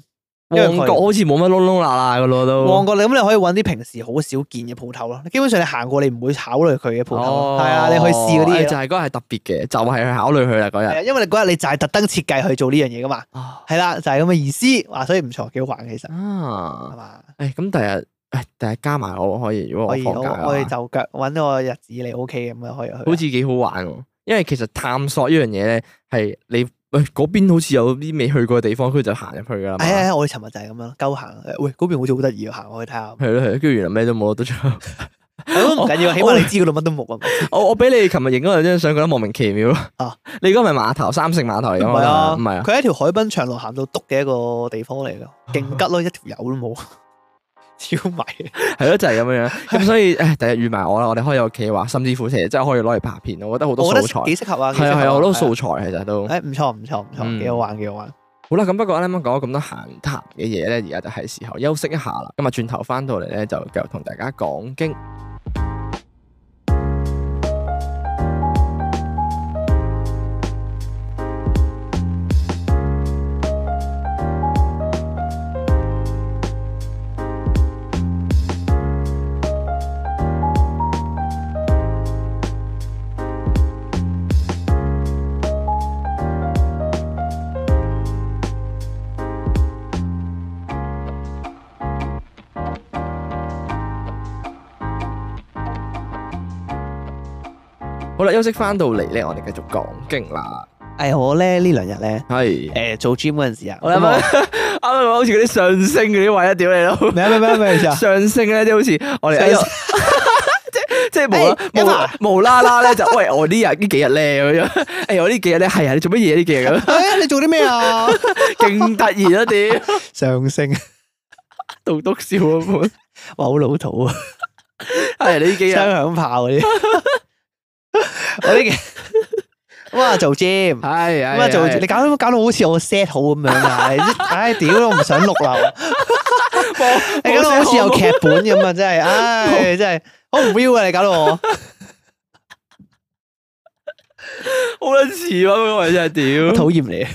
因為佢旺角好似冇乜窿窿罅罅噶咯都。旺角你咁你可以揾啲平時好少見嘅鋪頭咯，基本上你行過你唔會考慮佢嘅鋪頭，哦係啊，你去試嗰啲哎嘢咯。就係嗰日係特別嘅，就係去考慮佢啦嗰係日。啊，因為你嗰日你就係特登設計去做呢樣嘢噶嘛，啊係啦，就係咁嘅意思，話所以唔錯，幾好玩其實，係啊，嘛？誒咁第日誒第日加埋我可以，如果我可以，我放假嘅話我哋啊就腳揾個日子你 OK 咁樣可以去。好似幾好玩喎。因為其實探索呢樣嘢咧，係你喂嗰邊好似有啲未去過嘅地方，佢就行入去噶啦嘛。係啊係啊，我哋尋日就係咁樣咯，鳩行。誒喂，嗰邊好似好得意喎，啊行過去睇 [LAUGHS] 下。係咯係咯，跟住原來咩都冇，都出。咁唔緊要，起碼你知嗰度乜都冇啊。 [LAUGHS] 我我俾你琴日影嗰兩張相，覺得莫名其妙咯。啊，你嗰個係碼頭三聖碼頭嚟唔㗎係嘛？啊，唔係啊，佢喺條海濱長廊行到篤嘅一個地方嚟噶，勁吉咯，一條友都冇， [LAUGHS] 超迷。啊係咯，就係咁樣樣。咁所以誒，第日預埋我啦，我哋可以有企劃，甚至乎成日真係可以攞嚟拍片。我覺得好多我素覺材得，幾適合啊，幾係適啊合係啊，好多素係材其實都啊。誒唔錯唔錯唔錯，嗯幾好玩幾好玩。好啦。咁不過啱啱講咗咁多閒談嘅嘢咧，而家就係時候休息一下啦。咁啊，轉頭翻到嚟咧，就繼續同大家講經。好啦，休息翻到嚟咧，我哋繼續講經啦。誒我咧呢兩日咧 [LAUGHS] 係，誒做 gym 嗰陣時啊，我諗咁啱啱啱好似嗰啲上升嗰啲位啊，屌你我咯！咩咩咩咩意思 [LAUGHS] 啊？ [LAUGHS] 上升咧，即係好似我哋喺上度 [LAUGHS] 即即係無啦 [LAUGHS] 哎無 Emma 無啦啦咧就喂我呢日呢幾日咧咁樣， [LAUGHS] 誒我呢幾日咧係啊你做乜嘢呢幾 [LAUGHS] 日咁樣，誒哎你做啲咩啊？勁突然啊屌，上升，棟篤笑啊哇好老土啊！本，係你呢幾日雙響炮嗰啲， [LAUGHS] 我呢嘅咁啊做 gym。係咁啊做，你你搞到搞到好似我 set 好咁樣 [LAUGHS] 啊！你真唉，屌，我唔想錄啦！你搞到好似有劇本咁啊！真係，唉，真係好唔 real 啊！你搞到 [LAUGHS] 我，好撚似啊嗰位真係屌，討厭你。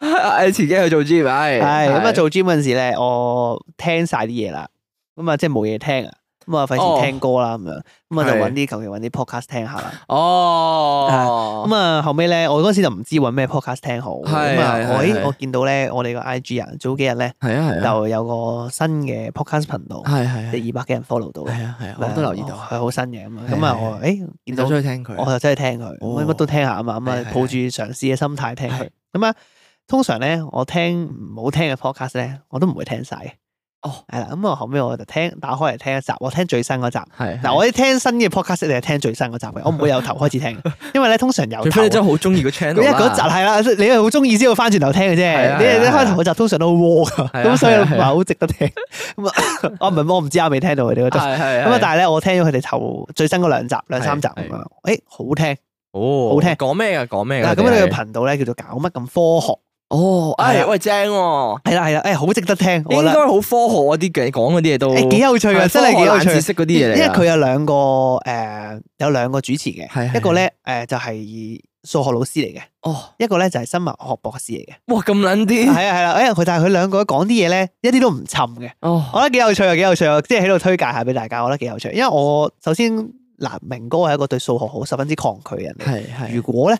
誒前幾日去做 gym 係係咁啊！做 gym 嗰陣時咧，我聽晒啲嘢啦，咁啊即係冇嘢聽啊，咁啊費哦事聽歌啦咁樣，咁啊就係揾啲求其揾啲 podcast 聽下啦。哦咁啊後尾咧，我嗰陣時就唔知揾咩 podcast 聽好，係咁啊係我係咦我見到咧我哋個 IG 啊，早幾日咧係啊係啊就有個新嘅 podcast 頻道，係啊係係即二百幾人 follow 到嘅，係啊係啊我都留意到，佢好新嘅咁啊，係咁啊係我誒見你到走出去聽佢我就真係聽佢，哦我乜都聽下啊嘛，咁係係啊係抱住嘗試嘅心態聽佢係。咁啊，通常咧我聽唔好聽嘅 podcast 咧，我都唔會聽晒嘅。哦，係啦，咁我啊後尾我就聽打開嚟聽一集，我聽最新嗰集。係嗱，我我啲聽新嘅 podcast 一定係聽最新嗰集嘅，我唔會由頭開始聽，因為咧通常由頭 [LAUGHS] 除非。你真係好中意個 channel 因啊為嗰集啦係啦，你係好中意先會翻轉頭聽嘅係啊啫。你係啊你係啊開頭嗰集通常都好 raw 㗎係啊咁所以係唔啊係係啊好值得聽。咁啊， [LAUGHS] 我唔係我唔知啊，未聽到佢哋嗰集。係係咁啊，係但係咧，我聽咗佢哋頭最新嗰兩集、兩三集係咁樣，誒好聽。哦，好聽講咩噶？講咩嗱，噶？咁你哋個係頻道咧叫做搞乜咁科學，哦，係哎啦喂，正喎，係啦係啦，誒好值得聽，我應覺該得好科學啊！啲嘅講嗰啲嘢都誒幾有趣啊，係真係幾有科學冷知趣。識嗰啲因嘢嚟㗎。啊為佢有兩個誒有兩個主持係嘅，係一個咧誒就係數學老師嚟嘅，哦，一個咧就係生物學博士嚟嘅。哇咁撚啲係啊係啦，誒佢但係佢兩個講啲嘢咧一啲都唔沉嘅，哦，我覺得幾有趣啊幾有趣啊，即係喺度推介下俾大家，我覺得幾有趣。因為我首先嗱明哥係一個對數學好十分之抗拒嘅人嚟嘅。係係如果咧，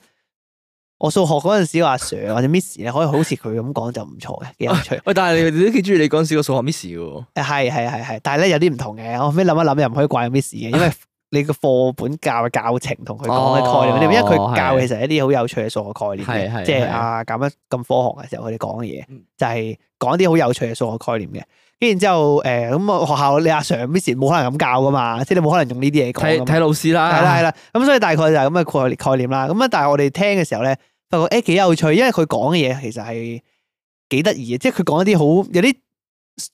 我數學嗰陣時個阿 Sir 或者 Miss 咧，可以好似佢咁講就唔錯嘅，幾有趣。喂，但係你都幾中意你嗰陣時個數學 miss 嘅喎。誒係係係係，但係咧有啲唔同嘅，我後尾諗一諗又唔可以怪 Miss 嘅，因 [LAUGHS] 為你個課本教嘅教程同佢講嘅概念，哦因為佢教係其實一啲好有趣嘅數學概念係嘅，係即係係啊咁樣咁科學嘅時候佢哋講嘅嘢嗯，就係講啲好有趣嘅數學概念嘅。跟住之後誒咁啊學校你阿 Sir Miss 冇可能咁教噶嘛，即係你冇可能用呢啲嘢講睇㗎嘛睇老師啦，係啦係啦，咁所以大概就係咁嘅概念概念啦。咁啊，但係我哋聽嘅時候咧，發覺誒幾有趣，因為佢講嘅嘢其實係幾得意嘅，即係佢講一啲好有啲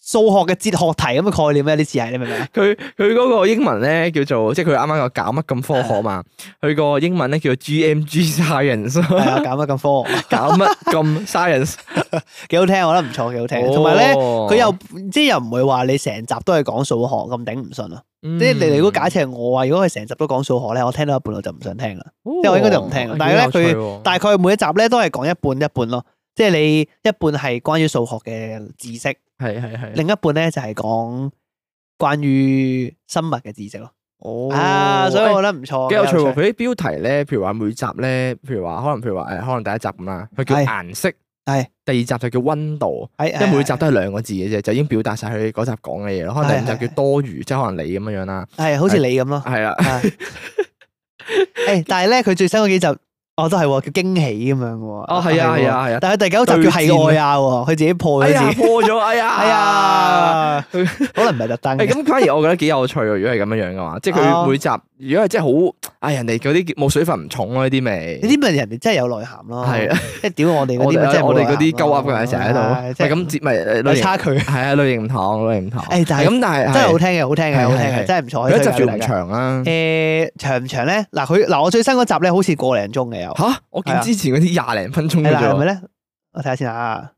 數學嘅哲學題咁嘅概念咧，呢次係你明唔明 [LAUGHS] 啊？佢佢嗰個英文咧叫做，即係佢啱啱又搞乜咁科學嘛？佢個英文咧叫做 GMG [LAUGHS] Science，係啊，搞乜咁科學，搞乜咁 Science？哦幾好聽，我覺得唔錯，幾好 [LAUGHS] 聽。同埋咧，佢又即係又唔會話你成集都係講數學咁頂唔順啊！又即係你如果假設係我啊，如果佢成集都講數學咧，我聽到一半我就唔想聽啦。哦即係我應該就唔聽啦但係呢佢佢大概每一集咧都係講一半一半咯，即係你一半係關於數學嘅知識，係係係另一半咧就係講關於生物嘅知識咯。哦哎啊，所以我覺得唔錯，幾有趣喎！幾佢啲標題咧，譬如話每集咧，譬如話可能譬如話誒，可能第一集咁啦，佢叫係顏色，係第二集就叫温度，係即係係每集都係兩個字嘅啫，就已經表達晒佢嗰集講嘅嘢咯。可能第係五係集叫多餘，即係可能你咁樣樣啦，係好似你咁 [LAUGHS] 咯。係啦，係誒，但係咧佢最新嗰幾集，哦都係喎，叫驚喜咁樣嘅喎。哦係啊係啊係啊但係第九集叫係愛啊喎，佢自己破咗哎呀自己。破咗， [LAUGHS] 哎呀係 [LAUGHS] 啊， [LAUGHS] 可能唔係特登誒嘅。哎咁反而我覺得幾有趣喎，如果係咁樣樣嘅話，即係哦佢每集如果係真係好，唉人哋嗰啲冇水分唔重咯，呢啲咪呢啲咪人哋真係有內涵咯。係啊，即係屌我哋嗰我啲哋咪真係我冇內哋涵嗰啲鳩咯噏嘅成日喺係度，即係喂咁節咪誒有類型差距，真係啊類型唔同，類型唔同，誒但係咁但係係好係聽嘅，好聽嘅，係好聽係嘅，係真係唔錯。佢一集推介仲大唔家長啊啦。嗯誒長唔長咧？嗱佢嗱我最新嗰集咧，好似個零鐘嘅有，吓，我係見啊之前嗰啲廿零分鐘係嘅啦係咪啫，咧？我睇下先啊，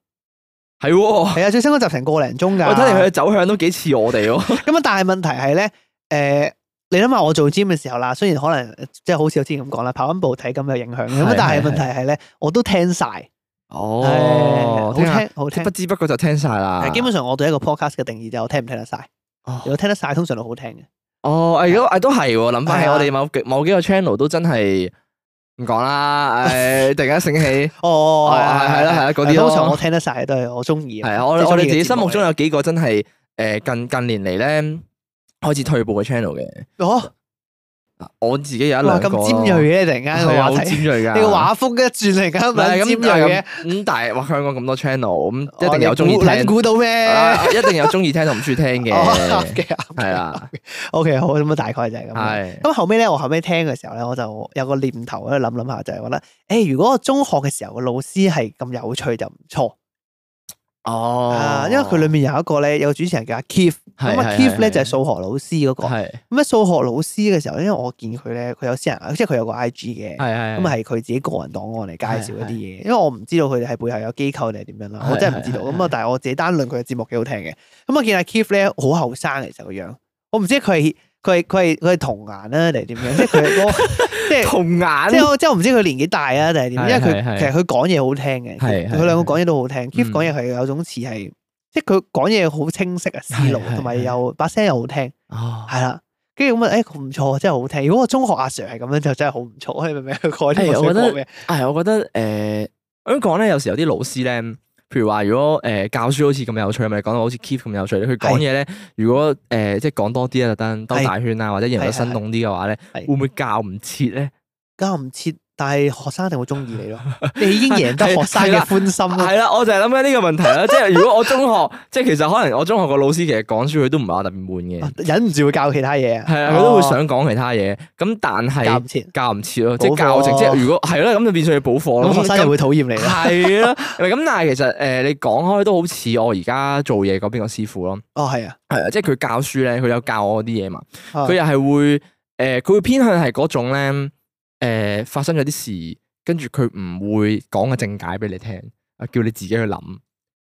係喎，我係啊，最新嗰集成個零鐘㗎。睇嚟佢嘅走向都幾似我哋喎。咁啊，啊但係問題係咧，誒、你諗下我做 gym 嘅時候啦，雖然可能呃即係好似我之前咁講啦，跑緊步體感有影響嘅，咁啊係但係係問題係咧，我都聽晒，哦，係好下聽好聽不。知不覺就聽晒啦係。基本上我對一個 podcast 嘅定義就係我聽唔聽得晒，如哦果聽得晒通常都好聽嘅。哦，誒都誒都係喎，諗翻起啊係啊我哋某幾某幾個 channel 都真係唔講啦。 [LAUGHS] 誒，突然間醒起，哦哦係係啦係啦嗰啲咯通常我聽得晒都係我中意嘅。係啊，我即係我中哋意嘅自己心節目目嚟中有幾個真係誒近近年嚟咧開始退步嘅 channel 嘅。哦，我自己有一哇兩咁個尖鋭嘅，突然間係啊，個好話尖題，鋭㗎。你個畫風一轉嚟啊唔咁係撚咁尖鋭嘅，咁咁，但係哇，香港咁多 channel，咁一定哦有你中意估撚聽。估到咩？ [LAUGHS] 啊一定有中意聽同唔中意聽哦嘅， ，OK， [LAUGHS] 係啦， O K，好咁啊，大概就係咁啦。係咁後尾咧，我後尾聽嘅時候咧，我就有個念頭喺度諗諗下，就係覺得，誒，如果我中學嘅時候個老師係咁有趣就唔錯哦啊，因為佢裡面有一個咧，有個主持人叫阿 Keith，係咁啊哦係 Keith 咧係就係數學老師嗰個。係咁咧數學老師嘅時候，因為我見佢咧，佢有私人，即係佢有個 I G 嘅。係係咁啊係佢自己個人檔案嚟介紹一啲嘢，因為我唔知道佢哋係背後有機構定係點樣啦，係我真係唔知道。咁啊，但係我自己單論佢嘅節目幾好聽嘅。咁我啊見阿 Keith 咧好後生嚟，其實個樣，我唔知佢係佢係佢係佢係童顏啦定係點 [LAUGHS] 樣，即係佢嗰即係。童眼即係我即係我唔知佢年紀大啊定係點，因為係係佢係其實佢講嘢好聽嘅，係係佢兩個講嘢都好聽。Keith 嗯講嘢係有種似係，即係佢講嘢好清晰啊，思路係係同埋係又把聲又好聽。哦，係啦，跟住咁啊，誒佢唔錯，真係好聽。如果我中學阿 Sir 係咁樣，就真係好唔錯。你明唔明佢係啊啲我覺得覺咩？係我覺得誒，我想講咧，有時有啲老師咧，譬如話如果誒教書好似咁有趣，咪講到好似 keep 咁有趣，佢講嘢咧，如果誒即係講多啲啊，特登兜係大圈啊，或者形係容係生動啲嘅話咧，係會唔會教唔切咧？教唔切，但係學生一定會中意 [LAUGHS] 你咯。你已經贏得學生係嘅啦歡心啦。係啦，我就係諗緊呢個問題啦，即係如果我中學， [LAUGHS] 即係其實可能我中學個老師其實講書佢都唔係話特別悶嘅啊，忍唔住會教其他嘢啊。係啊，佢都會哦想講其他嘢，咁但係教唔切，教唔切咯，即係補課教直，即係如果係啦，咁就變相要補課咯。咁學生就會討厭你啦。係啦，喂咁但係其實誒、呃你講開都好似我而家做嘢嗰邊個師傅咯，哦，係啊，係啊，即係佢教書咧，佢有教我啲嘢嘛，啊佢又係會誒，呃佢、會偏向係嗰種咧誒、呃發生咗啲事，跟住佢唔會講個正解俾你聽，啊叫你自己去諗，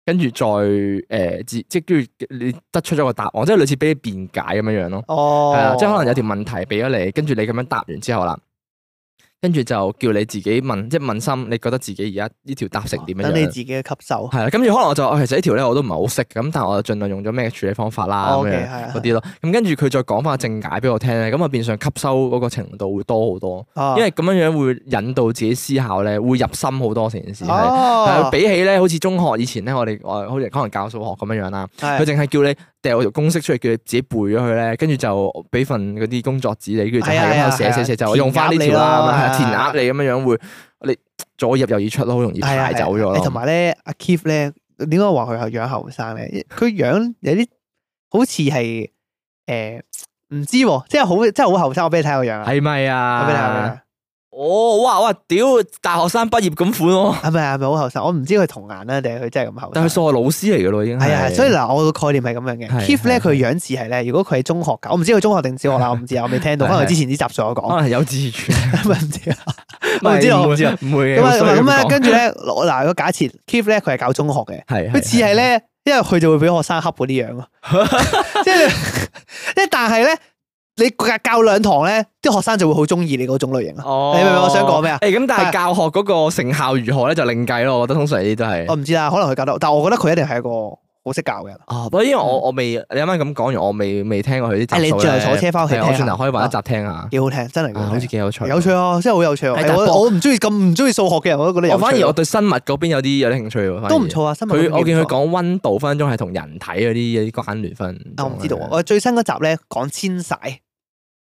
跟住再誒、呃自即係跟住你得出咗個答案，即係類似俾你辯解咁樣樣咯。係啦哦，，即係可能有條問題俾咗你，跟住你咁樣答完之後啦，跟住就叫你自己問，即係問心，你覺得自己而家呢條答成點樣哦等你樣？自己去吸收。係啦，跟住可能我就哦其實呢條咧我都唔係好識咁，但係我就盡量用咗咩處理方法啦咁哦 OK，啊樣係嗰啲咯。咁跟住佢再講翻正解俾我聽咧，咁啊變相吸收嗰個程度會多好多，啊因為咁樣樣會引導自己思考咧，會入心好多成件事係。係啊哦，比起咧，好似中學以前咧，我哋我好似可能教數學咁樣樣啦，佢係淨係叫你掉條公式出嚟，叫你自己背咗佢咧，跟住就俾份嗰啲工作紙你，跟住就係係啊咁係啊喺度寫寫寫，係啊就用翻呢條啦，填填鴨鴨你咁樣樣會你左入右耳出咯，好容易啊係啊排走咗係啊誒同咯。埋咧，阿 Keith 咧，點解話佢係樣後生咧？佢樣有啲好似係誒唔知喎，即係好，即係好後生。我俾你睇個樣啊！係咪我俾你睇下，我俾你睇啊？下哦，哇哇，屌！大學生畢業咁 [LAUGHS] 款喎，係咪啊？係咪好後生？我唔知佢童顏啦，定係佢真係咁後生。但係佢數學老師嚟噶咯，已經係啊，係所以嗱，我個概念係咁樣嘅。係 Keith 咧，係佢樣似係咧，如果佢係中學教，我唔知佢中學定小學啦，我唔知啊，我未聽到，可能佢之前啲集數有 [LAUGHS] 可講，能係有自傳，唔知啊，我唔知我唔知啊。唔會嘅。咁啊咁啊，咧，跟住咧，我嗱，如果假設 Keith 咧，佢係教中學嘅，係佢似係咧，因為佢就會俾學生恰嗰啲樣 [LAUGHS] 咯，即係即係，但係咧，你教教兩堂咧，啲學生就會好中意你嗰種類型啊。哦你明唔明我想講咩啊誒，咁但係係教學嗰個成效如何咧，就另計咯。我覺得通常呢啲都係我。唔知啦，可能佢教得，但我覺得佢一定係一個好識教嘅人。啊，不過因為我我未你啱啱咁講完，我未未聽過佢誒啲集嗯啊你數最後咧坐車返屋企係聽我轉下頭可以揾一集聽下，啊幾好聽，真係幾好好似聽，幾有趣，有趣。啊，真係好有趣啊！係但係我我唔中意咁唔中意數學嘅人，我都覺得有我趣啊反而我對生物嗰邊有啲有啲興趣喎，反而都唔。錯啊，新聞佢我見佢講，講温度分分鐘係同人體嗰啲有啲關聯分分鐘。啊我唔知道啊，我最新嗰集咧講遷徙，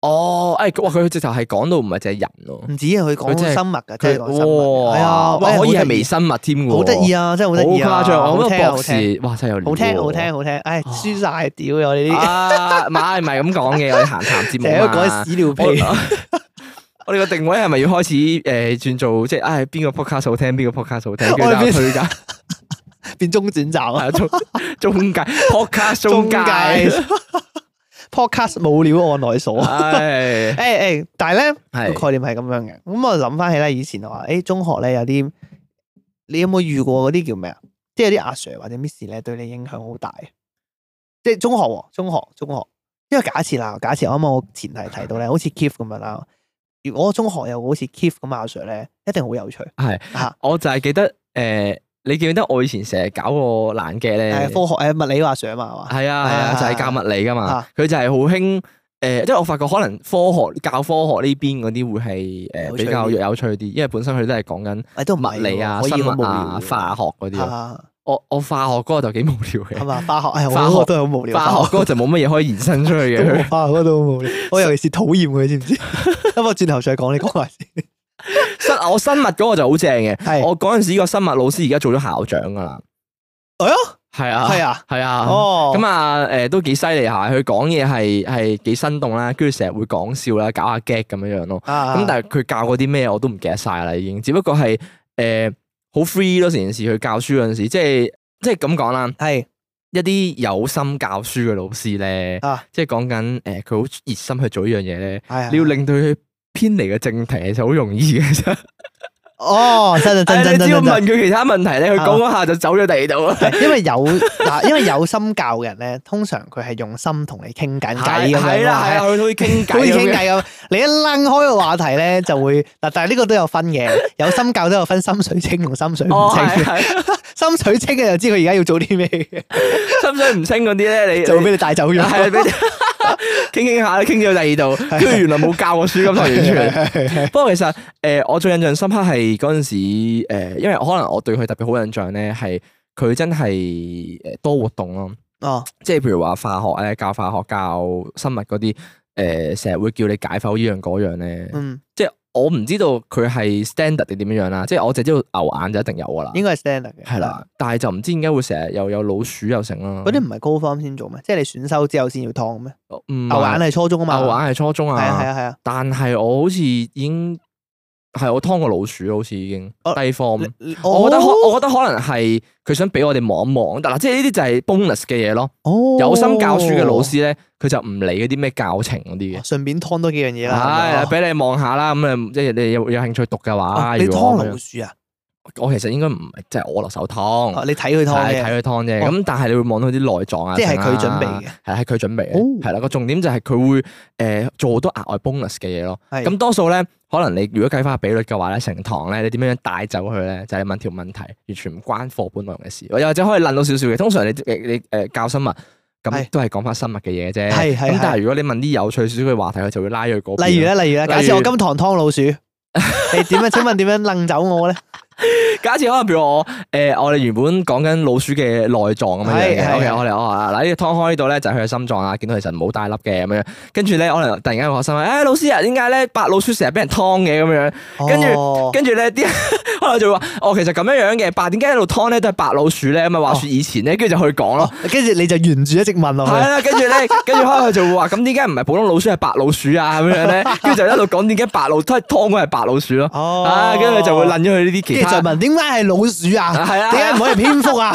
哦，誒，哇！佢直頭係講到唔係淨係人咯，唔止啊，佢講佢真係生物㗎，即係佢講生物嘅，係啊，哇哎呀可以好係得微意生物添喎，好得意啊，真係好得意啊，好誇張！我好聽覺得好博聽士，哇，真係有料好聽好喎聽好聽，唉，啊輸晒屌我哋啲，啊，唔係唔係咁講嘅，我哋閒談 [LAUGHS] 節成日都目講嘛。屎尿我屁， [LAUGHS] 我哋個定位係咪要開始誒轉做即係唉邊個 podcast 好聽，邊個 podcast 好聽，跟住我哋就變推 [LAUGHS] 介變中轉站啊，係中中介 podcast 中介， [LAUGHS] podcast 冇料按內鎖。唉 [LAUGHS] 誒誒，但係咧係個概念係咁樣嘅。咁我諗翻起咧，以前我話誒中學咧有啲，你有冇遇過嗰啲叫咩啊？即係有啲阿 Sir 或者 Miss 咧對你影響好大。即係中學喎，中學中學，因為假設啦，假設啱啱我前提提到嗯咧，好似 Keith 咁樣啦。如果中學有個好似 Keith 咁嘅阿 Sir 咧，一定好有趣。係嚇我就係記得誒，你記唔記得我以前成日搞個爛嘅誒咧？啊科學誒物理阿 Sir 啊嘛係嘛？係啊係啊啊，就係教物理噶嘛啊，佢就係好興。呃誒，即係我發覺可能科學教科學呢邊嗰啲會係有趣誒比較啲有趣啲，因為本身佢都係講緊誒都唔係物理啊、喎可生以好無物聊啊、喎化學嗰啲咯。啊我我化學嗰個就幾無聊係嘅，嘛？化學誒，化我學嗰個都係好無聊。化學嗰個就冇乜嘢可以延伸出去都 [LAUGHS] 冇嘅。花嗰度冇，我尤其是討厭佢，知唔 [LAUGHS] 知？咁我轉頭再講，你講埋先。生我生物嗰個就好正嘅，係我嗰陣時個生物老師而家做咗校長噶啦。哎呀，係啊，係啊，係啊。哦，咁啊，誒都幾犀利下，佢講嘢係係幾生動啦，跟住成日會講笑啦，搞下 gag 咁樣樣咯。啊咁但係佢教過啲咩我都唔記得晒啦，已經。只不過係誒好 free 咯，成件事佢教書嗰陣時，即係即係咁講啦。係一啲有心教書嘅老師咧，啊即係講緊誒，佢好熱心去做呢樣嘢咧，係你要令到佢偏離嘅正題，其實好容易嘅啫。哦，真真真係真哎你只要真啊問真佢其他問題咧，佢講嗰下就走咗第二度啊啦。係，因為有嗱，因為有心教嘅人咧，通常佢係用心同你傾緊偈咁係樣係啦，係啦，啊。佢會傾偈好似傾咁樣。偈咁，你一掕開個話題咧，就會嗱，但係呢個都有分嘅，有心教都有分心水清同心水唔哦，清嘅。係係，心水清嘅就知佢而家要做啲咩嘅，心水唔清嗰啲咧，你就會俾你帶走咗。係俾你 [LAUGHS] 傾傾下，傾咗第二度，跟住原來冇教過書咁就完全。全不過其實誒、呃我最印象深刻係嗰陣時、呃、因為可能我對佢特別好印象咧，係佢真係誒多活動咯， [LAUGHS] 哦，即係譬如話化學咧，教化學、教生物嗰啲，誒、成日會叫你解剖依樣嗰樣咧，嗯，即係我唔知道佢係 standard 定點樣樣啦，即係我淨係知道牛眼就一定有噶啦，應該係 standard 嘅。係啦，但係就唔知點解會成日又有老鼠又成啦，嗰啲唔係高 form 先做咩？即係你選修之後先要劏咩？唔牛眼係係初中啊嘛，嗯牛眼係初中係啊係啊，啊係啊，但係我好似已經係我劏過老鼠，好似已經哦低 form。你我覺得可，哦我覺得可能係佢想俾我哋望一望，但嗱，即係呢啲就係 bonus 嘅嘢咯。哦有心教書嘅老師咧，佢就唔理嗰啲咩教程嗰啲嘅，順便劏多幾樣嘢啦。唉，係咪俾你望下啦。咁啊，即係你有有興趣讀嘅哦話，你如果劏咁老樣鼠啊？我其實應該唔係即係我落手劏，哦你睇佢劏係睇嘅，佢劏啫。哦咁但係你會望到啲內臟啊，即係佢剩啊準備嘅，係係佢準備哦嘅，係啦。個重點就係佢會誒做好多額外 bonus 嘅嘢咯。係咁多數咧，可能你如果計翻比率嘅話咧，成堂咧，你點樣樣帶走佢咧，就係、你問條問題，完全唔關課本內容嘅事，又或者可以論到少少嘅。通常你你你誒、呃教生物，係咁都係講翻生物嘅嘢啫。係係咁但係係如果你問啲有趣少少嘅話題，佢就會拉咗去嗰邊。例如咧，例如咧，例如 [LAUGHS] 假設我今堂劏老鼠，你點樣？請問點樣掹走我咧？假設可能譬如我誒，我哋原本講緊老鼠嘅內臟咁樣係樣嘅係，OK，係我哋我話嗱呢個劏開呢度咧就係佢嘅心臟啊，見到其實唔好大粒嘅咁樣，跟住咧可能突然間我學生話，誒老師啊，點解咧白老鼠成日俾人劏嘅咁樣？ [LAUGHS] 跟住哦跟住咧啲 [LAUGHS] 可能就會話，哦其實咁樣樣嘅，白點解一路劏咧都係白老鼠咧？咁啊話説以前咧，跟住就去講咯。跟住你就沿住一直問落係啊去，啦，跟住咧，跟住可能佢就會話：咁點解唔係普通老鼠係白老鼠啊？咁樣咧，跟住就一路講點解白老都係劏嗰係白老鼠咯。哦啊，跟住就會撚咗佢呢啲跟住其他再，問點解係老鼠啊？係啊點解唔可以蝙蝠 [LAUGHS] 啊？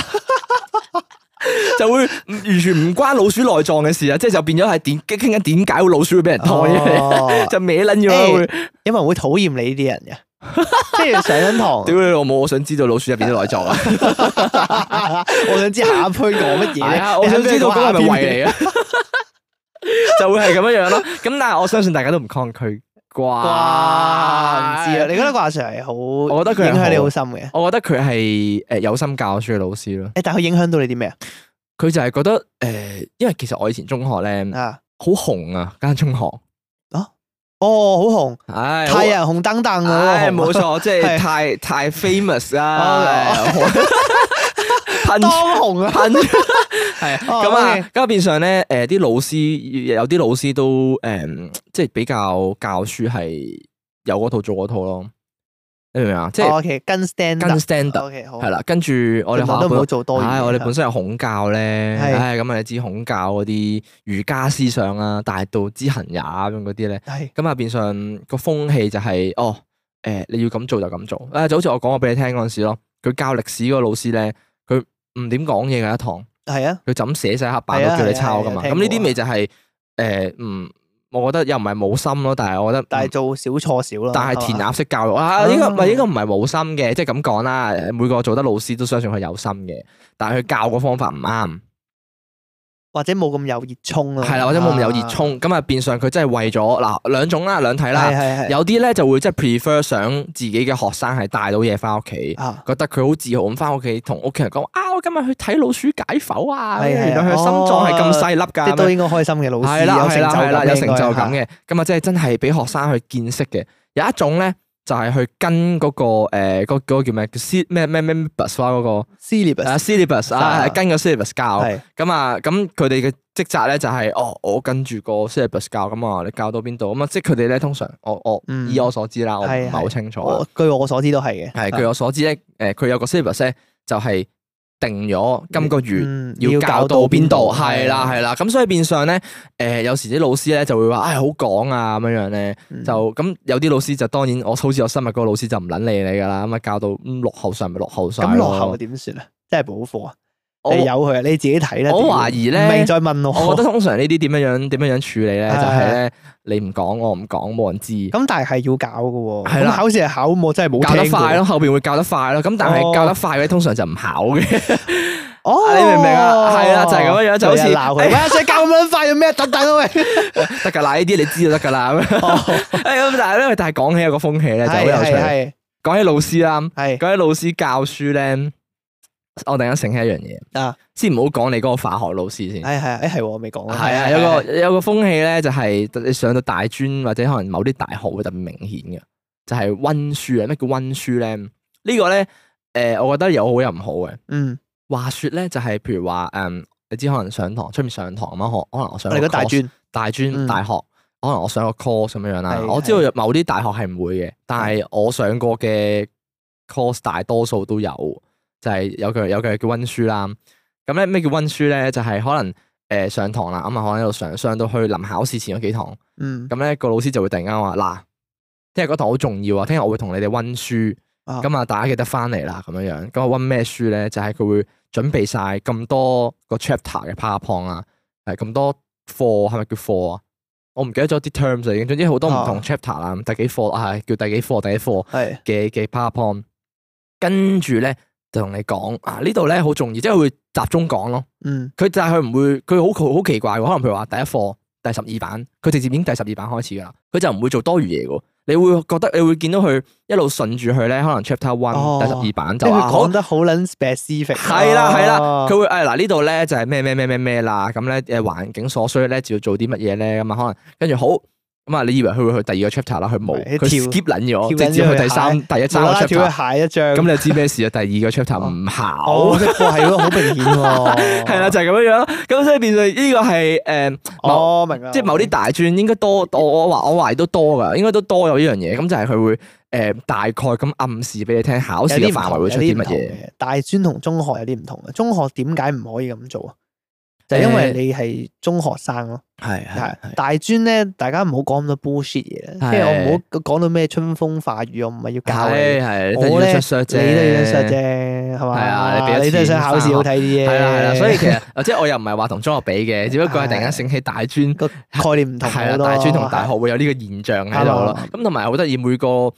就會唔完全唔關老鼠內臟嘅事啊！即係就變咗係點傾緊點解會老鼠會俾人劏嘅，哦 [LAUGHS] 就歪撚咗啦誒會。有冇人會討厭你呢啲人 [LAUGHS] 嘅？即係上緊堂，屌你老母！我想知道老鼠入邊啲內臟 [LAUGHS] 啊！我想知下一區講乜嘢係咧啊，？我你肯想知定道講嗰個下係咪邊 [LAUGHS] [LAUGHS] 胃嚟啊？就會係咁樣樣咯。咁但係我相信大家都唔抗拒啩？哇，唔知啊！你覺得個阿 Sir 係好，我覺得佢係影響你好好深嘅。我覺得佢係誒有心教書嘅老師咯。誒，但係佢影響到你啲咩佢就係覺得誒、因為其實我以前中學咧啊？啊，好紅啊，間中學，哦，好紅，唉，太陽紅燈燈好啊！唉，嗰個冇紅錯，即係係太太 [LAUGHS] famous 啦哦，[LAUGHS] 噴當 [LAUGHS] 紅啊！噴係啊哦咁啊 OK，咁啊變相咧，誒啲老師有啲老師都誒，即係比較教書係有嗰套做嗰套咯，你明唔明啊？即係 O K，跟 stand 跟 standard O K 好係啦，跟住我哋盡量學哦都校唔好做多餘唉，嘅我哋嘢本身有孔教咧，係唉，咁啊你知孔教嗰啲儒家思想啊，大道之行也咁樣嗰啲咧，係咁啊變相個風氣就係、哦，誒、你要咁做就咁做，啊就好似我講過俾你聽嗰陣時咯，佢教歷史嗰個老師咧，佢唔點講嘢嘅一堂，係啊，佢就咁寫晒黑板係啊都叫你係啊抄噶係啊嘛，聽咁呢啲過咪就係誒唔，我覺得又唔係冇心咯，但係我覺得但唔係做少錯少咯。但係係填嘛鴨式教育啊，呢個唔係嗯應該唔係冇心嘅，即係咁講啦。每個做得老師都相信佢有心嘅，但係佢教個方法唔啱，或者冇咁有熱衷咯。係啦，或者冇咁有熱哦啊。衷，咁啊變相佢真係為咗嗱兩種啦，兩睇係啦。係係有啲咧就會即係 prefer 想自己嘅學生係帶到嘢翻屋企，啊，覺得佢好自豪咁翻屋企同屋企人講啊，我今日去睇老鼠解剖啊，係係哦原來佢嘅心臟係咁細粒即㗎係。咁樣都應該開心嘅老師，係啦有係成啦就係啦，感有成就感應該係。嘅。咁啊，即係真係俾學生去見識嘅。有一種咧就係去跟嗰個誒嗰嗰個叫咩叫 sy- 咩咩咩 bus 啊啦嗰個 Syllabus 啊 syllabus 啊，啊係跟個 syllabus 教。係咁啊，咁佢哋嘅職責咧就係哦，我跟住個 syllabus 教咁啊，你教到邊度咁啊？即係佢哋咧通常我我嗯以我所知啦，我唔係係好清楚啊。我據我所知都係嘅。啊係據我所知咧，誒佢有個 syllabus 咧就係定咗今個月。嗯要教到邊度？係啦，係係啦，咁所以變相咧，誒、有時啲老師咧就會話，唉，好講啊，咁樣樣咧，嗯就咁有啲老師就當然，我好似我生物嗰個老師就唔撚理你噶啦，咁啊教到嗯落後上咪落後上，咁落後點算啊？真係補課啊？我你由佢啊，你自己睇啦。我屌懷疑咧唔明再問我。我覺得通常呢啲點樣樣點樣樣處理咧，哦係就係咧你唔講我唔講，冇人知， [LAUGHS] 咁但係係要搞嘅喎。係啦咁考試係考，我真係冇教得聽過快咯，。後邊會教得快咯，咁但係哦教得快嘅通常就唔考嘅，哦，你明唔明啊係啦就係咁樣樣就好似有人鬧佢。喂，阿 Sir 教咁撚快，有咩等等啊？喂，得㗎啦，呢啲你知就得㗎啦，咁樣 [LAUGHS] [LAUGHS] 哦咁但係咧，但係講起有個風氣咧就好有趣，係講起老師啦。係係嗰啲老師教書咧，我突然間醒起一樣嘢，啊先唔好講你嗰個化學老師先。係係，誒係喎，我未講啊。係啊，有個有個風氣咧，就係你上到大專或者可能某啲大學會特別明顯嘅，就係温書啊。咩叫温書咧？呢個咧，誒，我覺得有好有唔好嘅。嗯，話說咧，就係譬如話，誒，你知可能上堂出面上堂咁啊樣，可可能我上我哋個嗰大 course- 專大嗯專大學，可能我上個 course 咁樣樣啦。係我知道有某啲大學係唔會嘅，但係我上過嘅 course 大多數都有，就係有句有句叫温書啦。咁咧咩叫温書咧？就係可能誒上堂啦，咁啊可能喺度上上到去臨考試前嗰幾堂，嗯咁咧個老師就會突然間話嗱，聽日嗰堂好重要啊，聽日我會同你哋温書。啊咁啊，大家記得翻嚟啦，咁樣樣。咁啊，温咩書咧？就係、佢會準備晒咁多個 chapter 嘅 PowerPoint 啦，係咁多課，係咪叫課啊？我唔記得咗啲 terms 啦已經，總之好多唔啊同 chapter 啦，第幾課啊，叫第幾課、第幾課係嘅嘅 PowerPoint。跟住咧就同你講啊，呢度咧好重要，即係會集中講咯。嗯佢就係佢唔會，佢好好奇怪喎。可能譬如話第一課第十二版，佢直接已經第十二版開始㗎啦，佢就唔會做多餘嘢嘅喎。你會覺得你會見到佢一路順住佢咧，可能 chapter one、哦第十二版即就係佢講話好。得好撚 specific。啊係啦係啦，哦佢會哎誒嗱呢度咧就係咩咩咩咩咩啦，咁咧誒環境所需咧就要做啲乜嘢咧咁啊，可能跟住好咁啊，你以為佢會去第二個 chapter 啦，佢冇，係跳佢 skip 撚咗，跳撚咗直接去去第三第一三無個啦啦跳 chapter。去下一張。咁你就知咩事啊？第二個 chapter 唔哦，考，即係哇係喎，好明顯喎。 [LAUGHS] 係啦，就係咁樣樣咯。咁所以變咗呢個係誒某哦，明啦。即係某啲大專應該多，我我話我懷疑都多㗎，應該都多有呢樣嘢。咁就係佢會誒大概咁暗示俾你聽，考試嘅範圍會出啲乜嘢。嘢？大專同中學有啲唔同嘅，中學點解唔可以咁做啊？就係因為誒你係中學生咯，係係大專咧，大家唔好講咁多 bullshit 嘢啦，即係我唔好講到咩春風化雨，我唔係要教你，係係，我都咧你要都出削想啫，啫，係嘛？係啊你俾咗你都係想考試好睇啲啫，係啦係啦，所以其 [LAUGHS] 實呃即係我又唔係話同中學比嘅，只不過係突然間醒起大專個概念唔同係好啦，多，大專同大學會有呢個現象喺度咯啱。咁同埋好得意，每個誒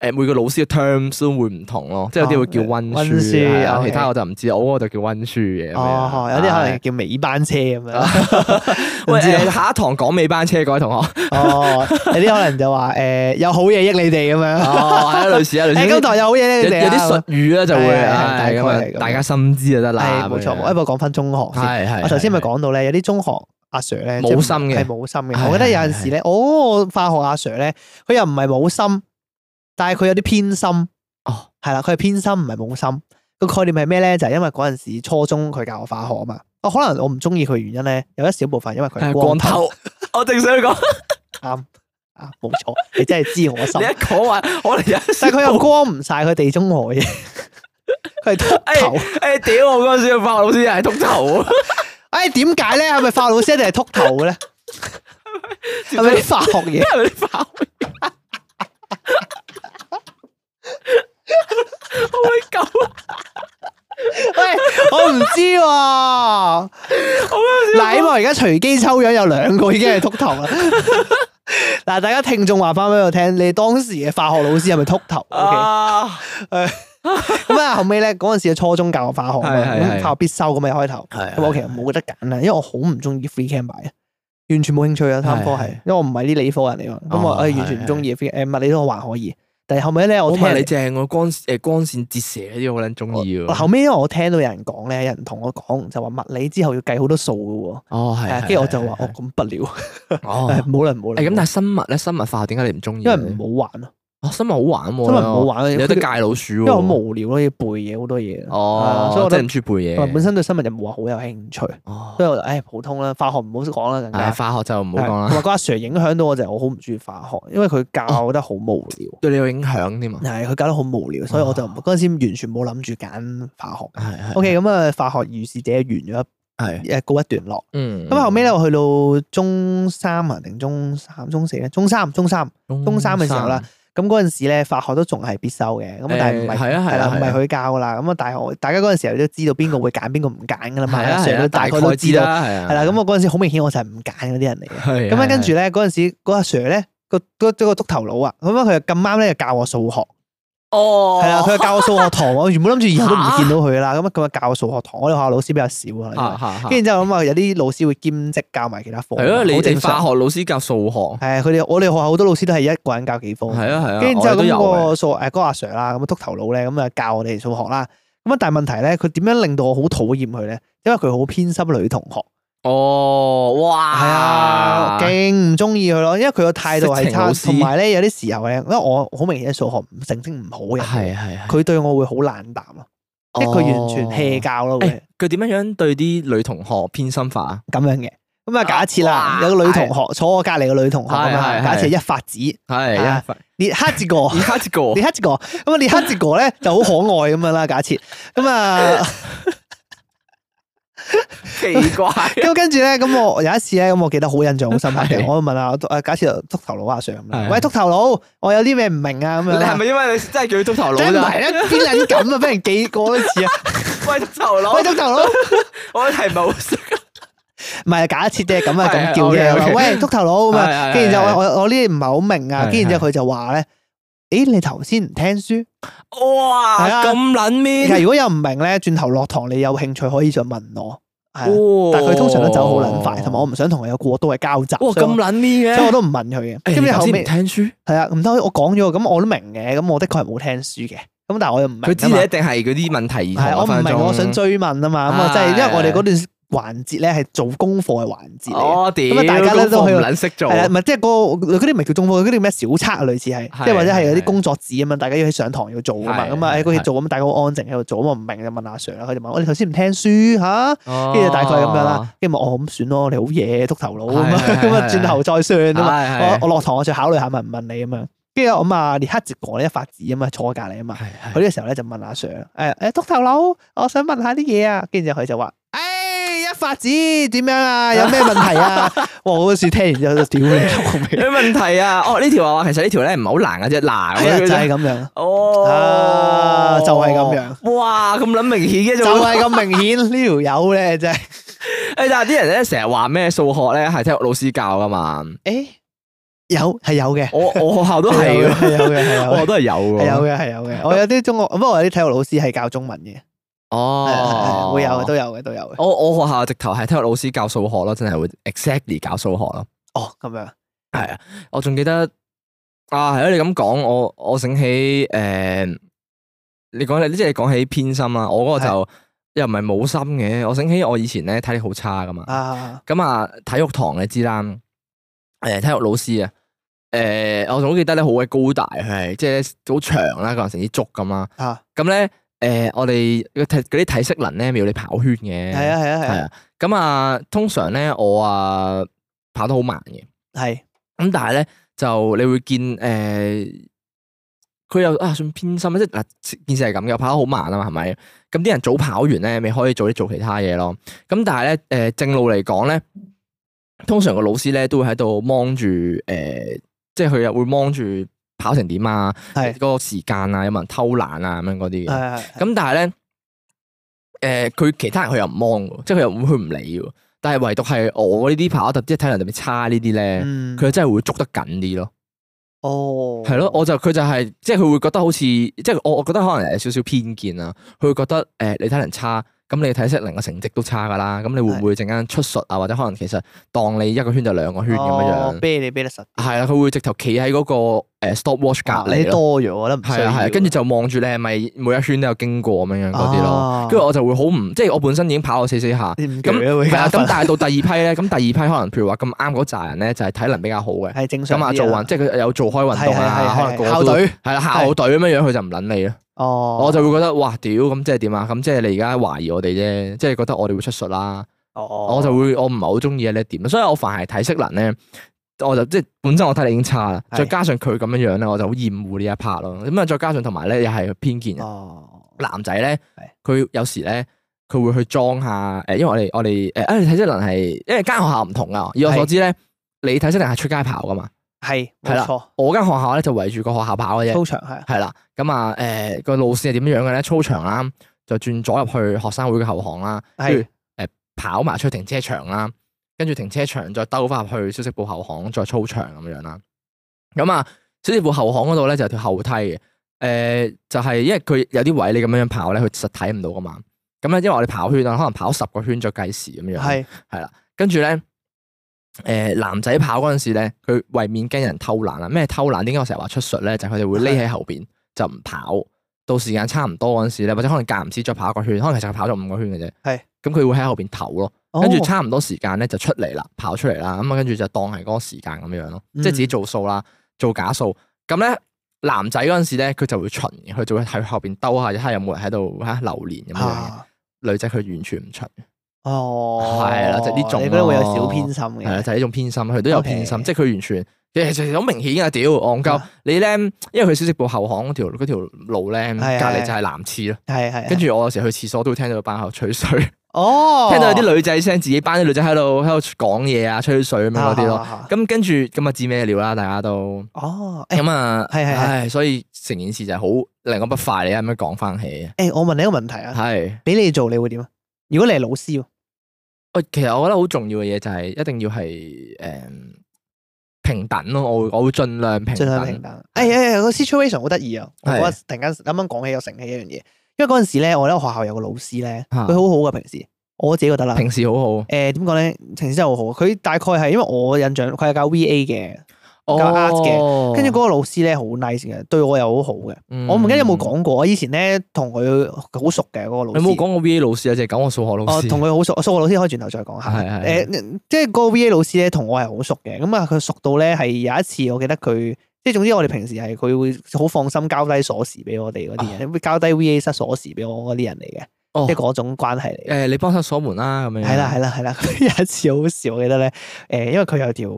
每個老師嘅 terms 都會唔同咯，即係有啲會叫温温書，書係啊 OK 其他我就唔知，我嗰個就叫温書嘅。咁樣哦，有啲可能係叫尾班車咁樣。唔喂知啊誒下一堂講尾班車，各位同學。哦，有啲可能就話誒有好嘢益你哋咁樣，哦，係啊，類似啊，類誒 [LAUGHS] 今似。堂有好嘢有益有你哋啊啲術語咧就會係係係唉大概係咁咁啊，樣大家心知就得啦。係冇錯，哎咁樣我一不過講翻中學先。啊係係我頭先咪係講到咧，有啲中學阿 Sir 咧冇心嘅係冇心係嘅。我覺得有陣時咧，哦，化學阿 Sir 咧，佢又唔係冇心，但係佢有啲偏心。哦，係啦，佢係偏心，唔係冇心。個概念係咩咧？就係因為嗰陣時初中佢教我化學啊嘛。哦，可能我唔中意佢原因咧，有一小部分因為佢係啊係光光頭頭。 [LAUGHS] 我 [LAUGHS] 正想講。啱啊，冇錯，你真係知我心 [LAUGHS] 你。一講話，我哋有但係佢又誒光唔晒佢地中海嘅，佢係 [LAUGHS] 禿頭。屌我嗰陣時嘅化學老師又係秃頭 [LAUGHS] 啊，哎，點解咧？係咪化學老師一定係禿頭嘅咧？ [LAUGHS] 係咪啲化學嘢？因為啲化學。好鬼狗啊！喂，我唔知喎、嗱，因為我而家隨機抽樣有兩個已經係秃頭 [LAUGHS] 啦。嗱，大家聽眾話翻俾我聽，你當時嘅化學老師係咪秃頭？OK，啊，咁啊後尾咧嗰陣時嘅初中教我化學啊嘛，係係係咁化學必修咁咪開頭，係咁我其實冇得揀啦，啊因為我好唔中意 free cam 啊，完全冇興趣啊，三科係係係，因為我唔係啲理科人嚟嘛，咁我哦我係完全唔中意 free 呃誒物理都還可以，但係後尾咧我我聽問你正喎，光誒光線折射呢啲我撚中意我喎。後尾因為我聽到有人講咧，有人同我講就話物理之後要計好多數嘅喎。哦，係啊係，跟住我就話哦咁不了，哦，誒 [LAUGHS] 冇啦冇啦。誒咁，但係生物咧，生物化學點解你唔中因意咧？為唔好玩咯，哦，生物好玩喎，生物唔好玩啊有得戒老鼠喎。因為好無聊咯，要背嘢好多嘢。哦啊，所以所以我我真覺得係唔中意背同埋本嘢。身對生物就冇話好有興趣，哦所以我就唉普通啦，化學唔好講啦更係加。化學就唔好係講同啦，埋個阿 Sir 影響到我就係我好唔中意化學，因為佢教得好無聊，啊對你有影響添啊。 [LAUGHS] 係佢教得好無聊，所以我就嗰陣時完全冇諗住揀化學。係係 O.K. 咁啊，化學如是者完咗係，一誒告一段落。嗯。咁後尾咧，我去到中三啊，定中三、中四咧，中三、中三。中三嘅時候啦，咁嗰陣時咧，化學都仲係必修嘅，咁誒但係唔係係啊係啊係啦，唔係啊係佢教噶啦。咁啊，大學大家嗰陣時候都知道邊個會揀，邊個唔揀噶啦係嘛。啊所以係啊，都大大概概都知知道。啦，係啊，係啦，咁我嗰陣時好明顯我就係唔揀嗰啲人嚟嘅。係咁咧啊跟住咧嗰陣時嗰阿 Sir 咧個個個督頭佬啊，咁樣佢就咁啱咧就教我數學，哦，係啦，佢就教我數學堂， [LAUGHS] 我原本諗住以後都唔嚇見到佢啦。咁啊，佢就教我數學堂，我哋學校老師比較少啊因為。嚇，跟跟住之後咁啊，有啲老師會兼職教埋其他科，係啊咯，你好你正化常。學老師教數學，係啊佢哋，我哋學校好多老師都係一個人教幾科。係啊係啊，跟住之後我哋都有咁嘅個數誒嗰個阿 Sir 啦，咁啊督頭佬咧，咁啊教我哋數學啦。咁啊，但係問題咧，佢點樣令到我好討厭佢咧？因為佢好偏心女同學，哦，係哇，啊，我勁唔中意佢咯，因為佢個態度係色情老差，師同埋咧有啲時候咧，因為我好明顯係數學成績唔好嘅，係係哦係，佢對我會好冷淡咯，即係佢完全 hea 教咯，會誒佢點樣樣對啲女同學偏心法啊？咁樣嘅。咁啊，假設啦啊，有個女同學坐我隔離個女同學咁係係啊，係假設係一發子，係啊啊， [LAUGHS] 列克哲 [LAUGHS] 哥。而家個列克哲哥，咁啊列克哲哥咧就好可愛咁樣啦，假設咁 [LAUGHS] 啊。奇怪，咁跟住咧，咁我有一次咧，咁我記得好印象好深刻嘅，係我問下誒，假設禿頭佬阿 Sir 咁啦，係喂禿頭佬，我有啲咩唔明啊咁 [LAUGHS] 你樣係啦咪，因為你真係叫佢禿頭佬真唔咋係？啦，邊撚咁啊，俾人記過多 [LAUGHS] 次啊，喂，禿頭佬喂，禿頭佬，唔我啲題目好識係假設啫，咁啊係咁係叫啫， OK，OK 喂禿頭佬咁係係啊，係跟住就係我我我呢啲唔係好明啊，係跟住之後佢就話咧。咦，你頭先唔聽書？係啊哇，咁撚其面實。如果有唔明咧，轉頭落堂你有興趣可以再問我。係啊，哦但係佢通常都走好撚快，同埋我唔想同佢有過多嘅交集，哇所以我咁撚面嘅，所以我都唔問佢嘅。跟誒你住後頭先唔尾聽書，係啊，唔得，我講咗，咁我都明嘅，咁我的確係冇聽書嘅，咁但係我又唔明啊嘛。佢知你一定係嗰啲問題兒童係啊我唔明，我想。追問啊嘛，咁啊，即係因為我哋嗰段環節咧係做功課嘅環節嚟嘅。哦，屌！咁啊大家咧都功課喺唔度撚識做係，啦，啊唔係即係嗰個嗰啲唔係叫中科，嗰啲叫咩小測啊類似係，係即係或者係有係啲工作紙咁樣，大家要喺上堂要做噶嘛，係咁啊係喺嗰係度做咁，大家好安靜喺度做，咁我唔明就問阿 Sir 啦，佢就問我哋頭先唔聽書吓，跟跟住大概咁樣啦，跟住咪我咁算咯，你好嘢，督頭腦咁啊，哦係係咁啊係轉頭再算啊嘛，我係我落堂我再考慮下問唔問你咁樣，跟住我咁啊連黑哲講呢一發紙啊嘛，坐我隔離啊嘛。係係佢呢個時候咧就問阿 Sir，誒誒督頭佬，我想問下啲嘢啊，跟住之後佢就話，哎誒一發子點樣啊？有咩問題啊？哇！我嗰時聽完之後就屌你老 [LAUGHS] 味，有咩問題啊？哦，呢條啊，其實呢條咧唔係好難嘅啫，嗱，係啊，咁樣就係咁樣，哦啊，就係咁樣。哇，咁撚明顯嘅就啫。係咁明顯呢條友咧真係，哎誒，但係啲人咧成日話咩數學咧係體育老師教噶嘛，誒有係有嘅，我我學校 [LAUGHS] 都係有嘅，嘅係有嘅係有我嘅學都係有嘅。係有嘅係有嘅，我有啲中學，不過我有啲體育老師係教中文嘅，係係哦係， [LAUGHS] 會有嘅都有嘅都有嘅，我我學校直頭係體育老師教數學咯，真係會 exactly 教數學咯。哦咁樣，係啊，我仲記得啊，係咯，你咁講，我我醒起诶、誒你講你即係你講起偏心啦，我嗰個就又唔係冇心嘅，我醒起我以前咧體力好差噶嘛，啊咁啊體育堂你知啦，诶、體育老師啊，诶、我仲好記得咧好鬼高大，佢係即係好長啦，嗰陣時啲竹咁啦，啊咁咧诶我哋嗰啲體嗰啲體適能咧咪要你跑圈嘅，係啊係啊係係啊啊，咁啊通常咧我啊跑得好慢嘅。係咁但係咧就你會見誒，佢、又啊算偏心，即係嗱件事係咁嘅，跑得好慢啊嘛，係咪？咁啲人早跑完咧，咪可以早啲做其他嘢咯。咁但係咧誒正路嚟講咧，通常個老師咧都會喺度望住誒，即係佢又會望住跑成點啊，係嗰個時間啊，有冇人偷懶啊咁樣嗰啲嘅。係係咁但係咧，誒、佢其他人佢又唔望喎，即係佢又唔佢唔理喎。但係唯獨係我呢啲跑得特即係體能特別差呢啲咧。嗯佢真係會捉得緊啲咯，哦，係咯，我就佢就係即係佢會覺得好似即係我我覺得可能有少少偏見啦，佢會覺得誒、呃你體能差，咁你體適能嘅成績都差㗎啦，咁你會唔會陣間出術啊，或者可能其實當你一個圈就兩個圈咁樣哦樣，啤你啤得實啲。係啦、佢會直頭企喺嗰個、呃、stopwatch 隔啊你離咯，多咗，我覺得唔需係啊係啊要。，跟住就望住你係咪每一圈都有經過咁樣樣嗰啲咯，啊跟住、我就會好唔即係我本身已經跑咗四四 [LAUGHS] 下。你唔咁鋸啊會係加啊，咁分但係到第二批咧，咁第二批可能譬如話咁啱嗰扎人咧，就係體能比較好嘅，係正常咁啊做運，運即係佢有做開運係動係係啊，可能係個校個都隊係啦，校隊咁樣樣，佢就唔撚你咯。哦，我就會覺得哇屌，咁即係點啊？咁即係你而家懷疑我哋啫，即係覺得我哋會出術啦。哦我就會我唔係好中意呢一點，啊所以我凡係體適能咧。我就即係本身我體力已經差啦，係再加上佢咁樣樣咧，我就好厭惡呢一 part 咯。咁啊，再加上同埋咧又係偏見嘅，啊哦男仔咧係，佢有時咧，佢會去裝下誒，因為我哋我哋誒，啊你體適能係因為間學校唔同啊。以我所知咧，你體適能係出街跑噶嘛，係係冇啦錯，我間學校咧就圍住個學校跑嘅啫，操場係係啦。咁啊誒個路線係點樣嘅咧？操場啦，就轉左入去學生會嘅後巷啦，跟住係誒跑埋出去停車場啦，跟住停車場再兜翻入去小食部後巷，再操場咁樣啦。咁啊，小食部後巷嗰度咧就有條後梯嘅，誒、就係、因為佢有啲位你咁樣樣跑咧，佢實睇唔到噶嘛。咁咧，因為我哋跑圈啊，可能跑十個圈再計時咁樣。係跟住咧，誒、男仔跑嗰陣時咧，佢為免驚人偷懶啊，咩偷懶？點解我成日話出術咧？就係佢哋會匿喺後邊就唔跑，到時間差唔多嗰陣時咧，或者可能間唔時再跑一個圈，可能其實佢跑咗五個圈嘅啫。係咁佢會喺後邊唞咯，跟住哦差唔多時間咧就出嚟啦，跑出嚟啦，咁啊跟住就當係嗰個時間咁樣咯，即係自己嗯做數啦，做假數。咁咧男仔嗰陣時咧，佢就會巡嘅，佢就會喺後邊兜下，睇下有冇人喺度嚇流連咁樣嘅。啊女仔佢完全唔巡。哦係啦就呢種你覺得會有咯小偏心係啊啦，嘅就係呢種偏心，佢都有 OK 偏心，即係佢完全其實好明顯啊！屌，戇鳩啊你咧，因為佢小食部後巷嗰條嗰條路咧，隔係離係就係男廁咯。係係跟住我有時去廁所都會聽到班喺度吹水，聽哦到有啲女仔聲，自己班啲女仔喺度喺度講嘢啊，吹水咁樣嗰啲咯。咯咁跟住咁啊，知咩料啦？大家都哦誒咁啊，係係係唉，所以成件事就係好令我不快。你啱啱講翻起，誒我問你一個問題啊，係俾你做你會點啊？如果你係老師喎，喂，其實我覺得好重要嘅嘢就係一定要係誒平等咯。我會我會盡量平盡量等啊平。等。誒誒個 situation 好得意啊！我係覺得突然間啱啱講起，我醒起一樣嘢，因為嗰陣時咧，我喺學校有個老師咧，啊佢好好噶平時，我自己覺得啦。平時好好。啊誒點講咧？程式真係好好，佢大概係因為我印象佢係教 V.A. 嘅，哦教 art 嘅跟住嗰個老師咧好 nice 嘅，對我又好好嘅。嗯我唔記得有冇講過，我以前咧同佢好熟嘅嗰個老有冇師。講過 V A 老師啊？就係講我數學老我哦師。同佢好熟，數學老師可以轉頭再講下。係係誒，即係嗰個 V A 老師咧，同我係好熟嘅。咁啊，佢熟到咧係有一次，我記得佢即係總之我哋平時係佢會好放心交低鎖匙俾我哋嗰啲人，會交低 V A 室鎖匙俾我嗰啲人嚟嘅，哦即係嗰種關係嚟 [LAUGHS] 嘅。誒，你幫手鎖門啦，咁樣。係啦係啦係啦，有一次好笑，我記得咧，誒，因為佢有條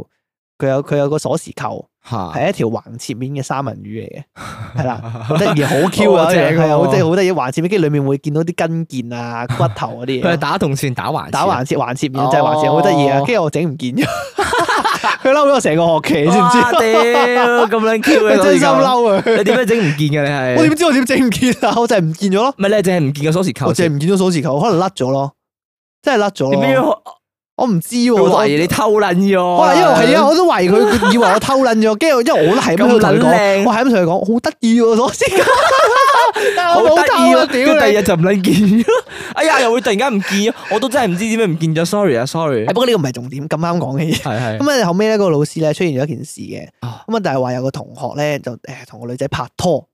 佢有佢有個鎖匙扣。嚇，係一條橫切面嘅三文魚嚟嘅， [LAUGHS] 係啦，好得意，好 Q 啊，好正喎係啊，好即好得意，橫切面，跟住裡面會見到啲筋腱啊、骨頭嗰啲 [LAUGHS] [LAUGHS] 佢係嘢，打動線啊打橫。打橫切橫切面就係哦橫切，好得意啊！跟住我整唔見咗， [LAUGHS] 佢嬲咗我成個學期，你知唔知？哇屌，咁撚 Q [LAUGHS] 嘅佢 [LAUGHS] 真心！嬲啊！你點解整唔見嘅？你 [LAUGHS] 係我點知我點整唔見啊？我 [LAUGHS] 就係唔見咗咯，唔係你係淨係唔見個鎖匙我扣淨係先？唔見咗鎖匙扣，可能甩咗咯，真係甩咗你咩咯，樣？我唔知喎，佢懷疑我你偷撚咗。可能因為係啊，我都懷疑佢 [LAUGHS] 佢以為我偷撚咗，跟住因為我都係咁樣同佢咁撚講，靚我係咁同佢講，好得意喎鎖匙扣，但係 [LAUGHS] [LAUGHS] 好我得冇意偷咯，啊！跟住屌第你二！日就唔撚見咗。 [LAUGHS] 哎呀，又會突然間唔見咗，我都真係唔知點解唔見咗。Sorry 啊，sorry 哎誒。不過呢個唔係重點，咁啱講嘅嘢。係係。咁啊，後尾咧，個老師咧出現咗一件事嘅，啊咁啊，但係話有個同學咧就誒同個女仔拍拖，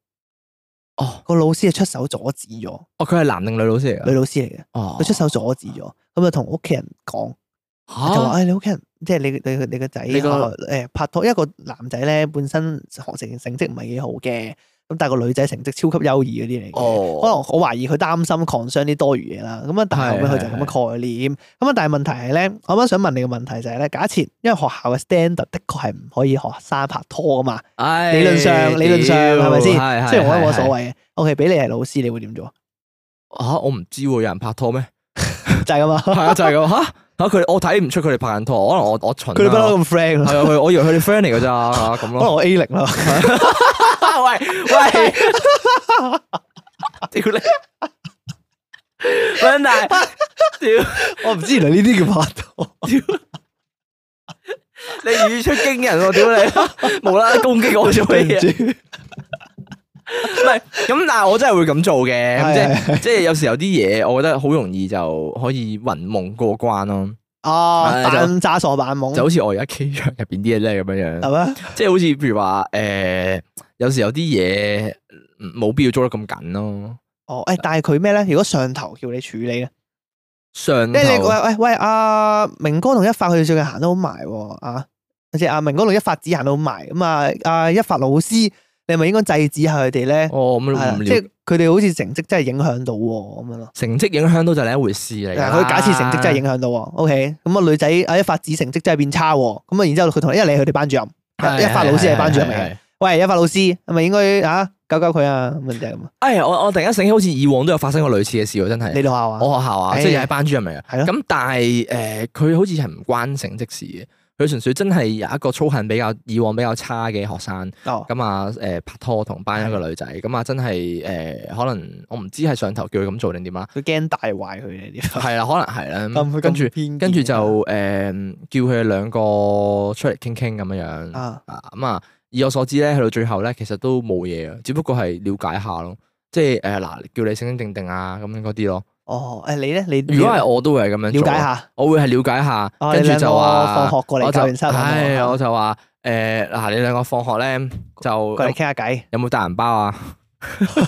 哦，個老師係出手阻止咗，哦，佢係男定女老師嚟㗎女？老師嚟嘅，哦佢出手阻止咗，咁啊同屋企人講，嚇就話誒你哎屋企人即係你你你個仔啊你個誒拍拖，因為個男仔咧本身學成成績唔係幾好嘅，咁但係個女仔成績超級優異嗰啲嚟嘅。哦可能我懷疑佢擔心 concern 啲多餘嘢啦，咁啊，但係後尾佢就咁嘅概念，咁啊，但係問題係咧，我啱啱想問你嘅問題就係咧，假設因為學校嘅 standard 的確係唔可以學生拍拖噶嘛，唉理論上理論上係咪先？係係雖然我覺得冇係所謂嘅，OK，俾你係老師，你會點做？吓、我唔知喎，有人拍拖咩？就係咁 [LAUGHS] 啊，係啊，就係 [LAUGHS] 咁吓吓佢，我睇唔出佢哋拍緊拖，可能我我蠢啦。佢哋不嬲咁哦 friend 啦，係啊，佢我以為佢哋 friend 嚟㗎咋咁可能咯。我 A 零啦， [LAUGHS] 喂喂，屌你！真係屌我唔知原來呢啲叫拍拖，你語出驚人喎！屌 [LAUGHS] 你，無啦啦攻擊我做對 [LAUGHS] 乜唔嘢？住，唔係咁，但係我真係會咁做嘅，咁即係係即係有時候啲嘢，我覺得好容易就可以雲夢過關咯，哦，係就扮詐傻扮懵就好似我而家 K 場入邊啲嘢咧咁樣樣。係咩？即係好似譬如話誒、呃有時有啲嘢嗯冇必要做得咁緊咯。哦，誒，但係佢咩咧？如果上頭叫你處理咧？上即係你頭喂喂喂，阿、明哥同一發佢哋最近行得好埋喎，啊，即係阿明哥同一發子行得好埋，咁啊，阿一發老師，你係咪應該制止下佢哋咧？哦咁係啦唔即了係佢哋好似成績真係影響到喎，咁樣咯。成績影響到就另一回事嚟㗎嗱，啦。啊佢假設成績真係影響到喎，OK，咁啊女仔阿一發子成績真係變差喎，咁啊然之後佢同，因為你係佢哋班主任，係一發老師係班主任嚟。係嘅係係喂，一發老師係咪應該啊搞搞佢啊？咁啊就係咁啊，哎，我我突然間醒起，好似以往都有發生過類似嘅事喎，真你係。度下話，我學校啊，哎即係又係班主任嚟嘅。係咯咁但係誒，佢、好似係唔關成績事嘅，佢純粹真係有一個操行比較以往比較差嘅學生。哦，咁啊，誒、拍拖同班一個女仔，咁啊真係誒、呃可能我唔知係上頭叫佢咁做定點啦，啊 [LAUGHS] 佢驚大壞佢哋啲，係啦，可能係咁啦。佢嗯跟住咁偏跟住見啊就誒、叫佢哋兩個出嚟傾傾咁樣樣啊啊，咁啊，以我所知咧，去到最後咧，其實都冇嘢啊，只不過係了解下咯。即係誒嗱，叫你醒醒定定啊，咁樣嗰啲咯。哦，誒你咧，你如果係我都會係咁樣了做啊解，下。我會係了解下，哦跟住就話你兩個放學過嚟我就教完室唉咁樣啊我就話誒嗱，你兩個放學咧就過嚟傾下偈。有冇帶銀包 [LAUGHS] 啊？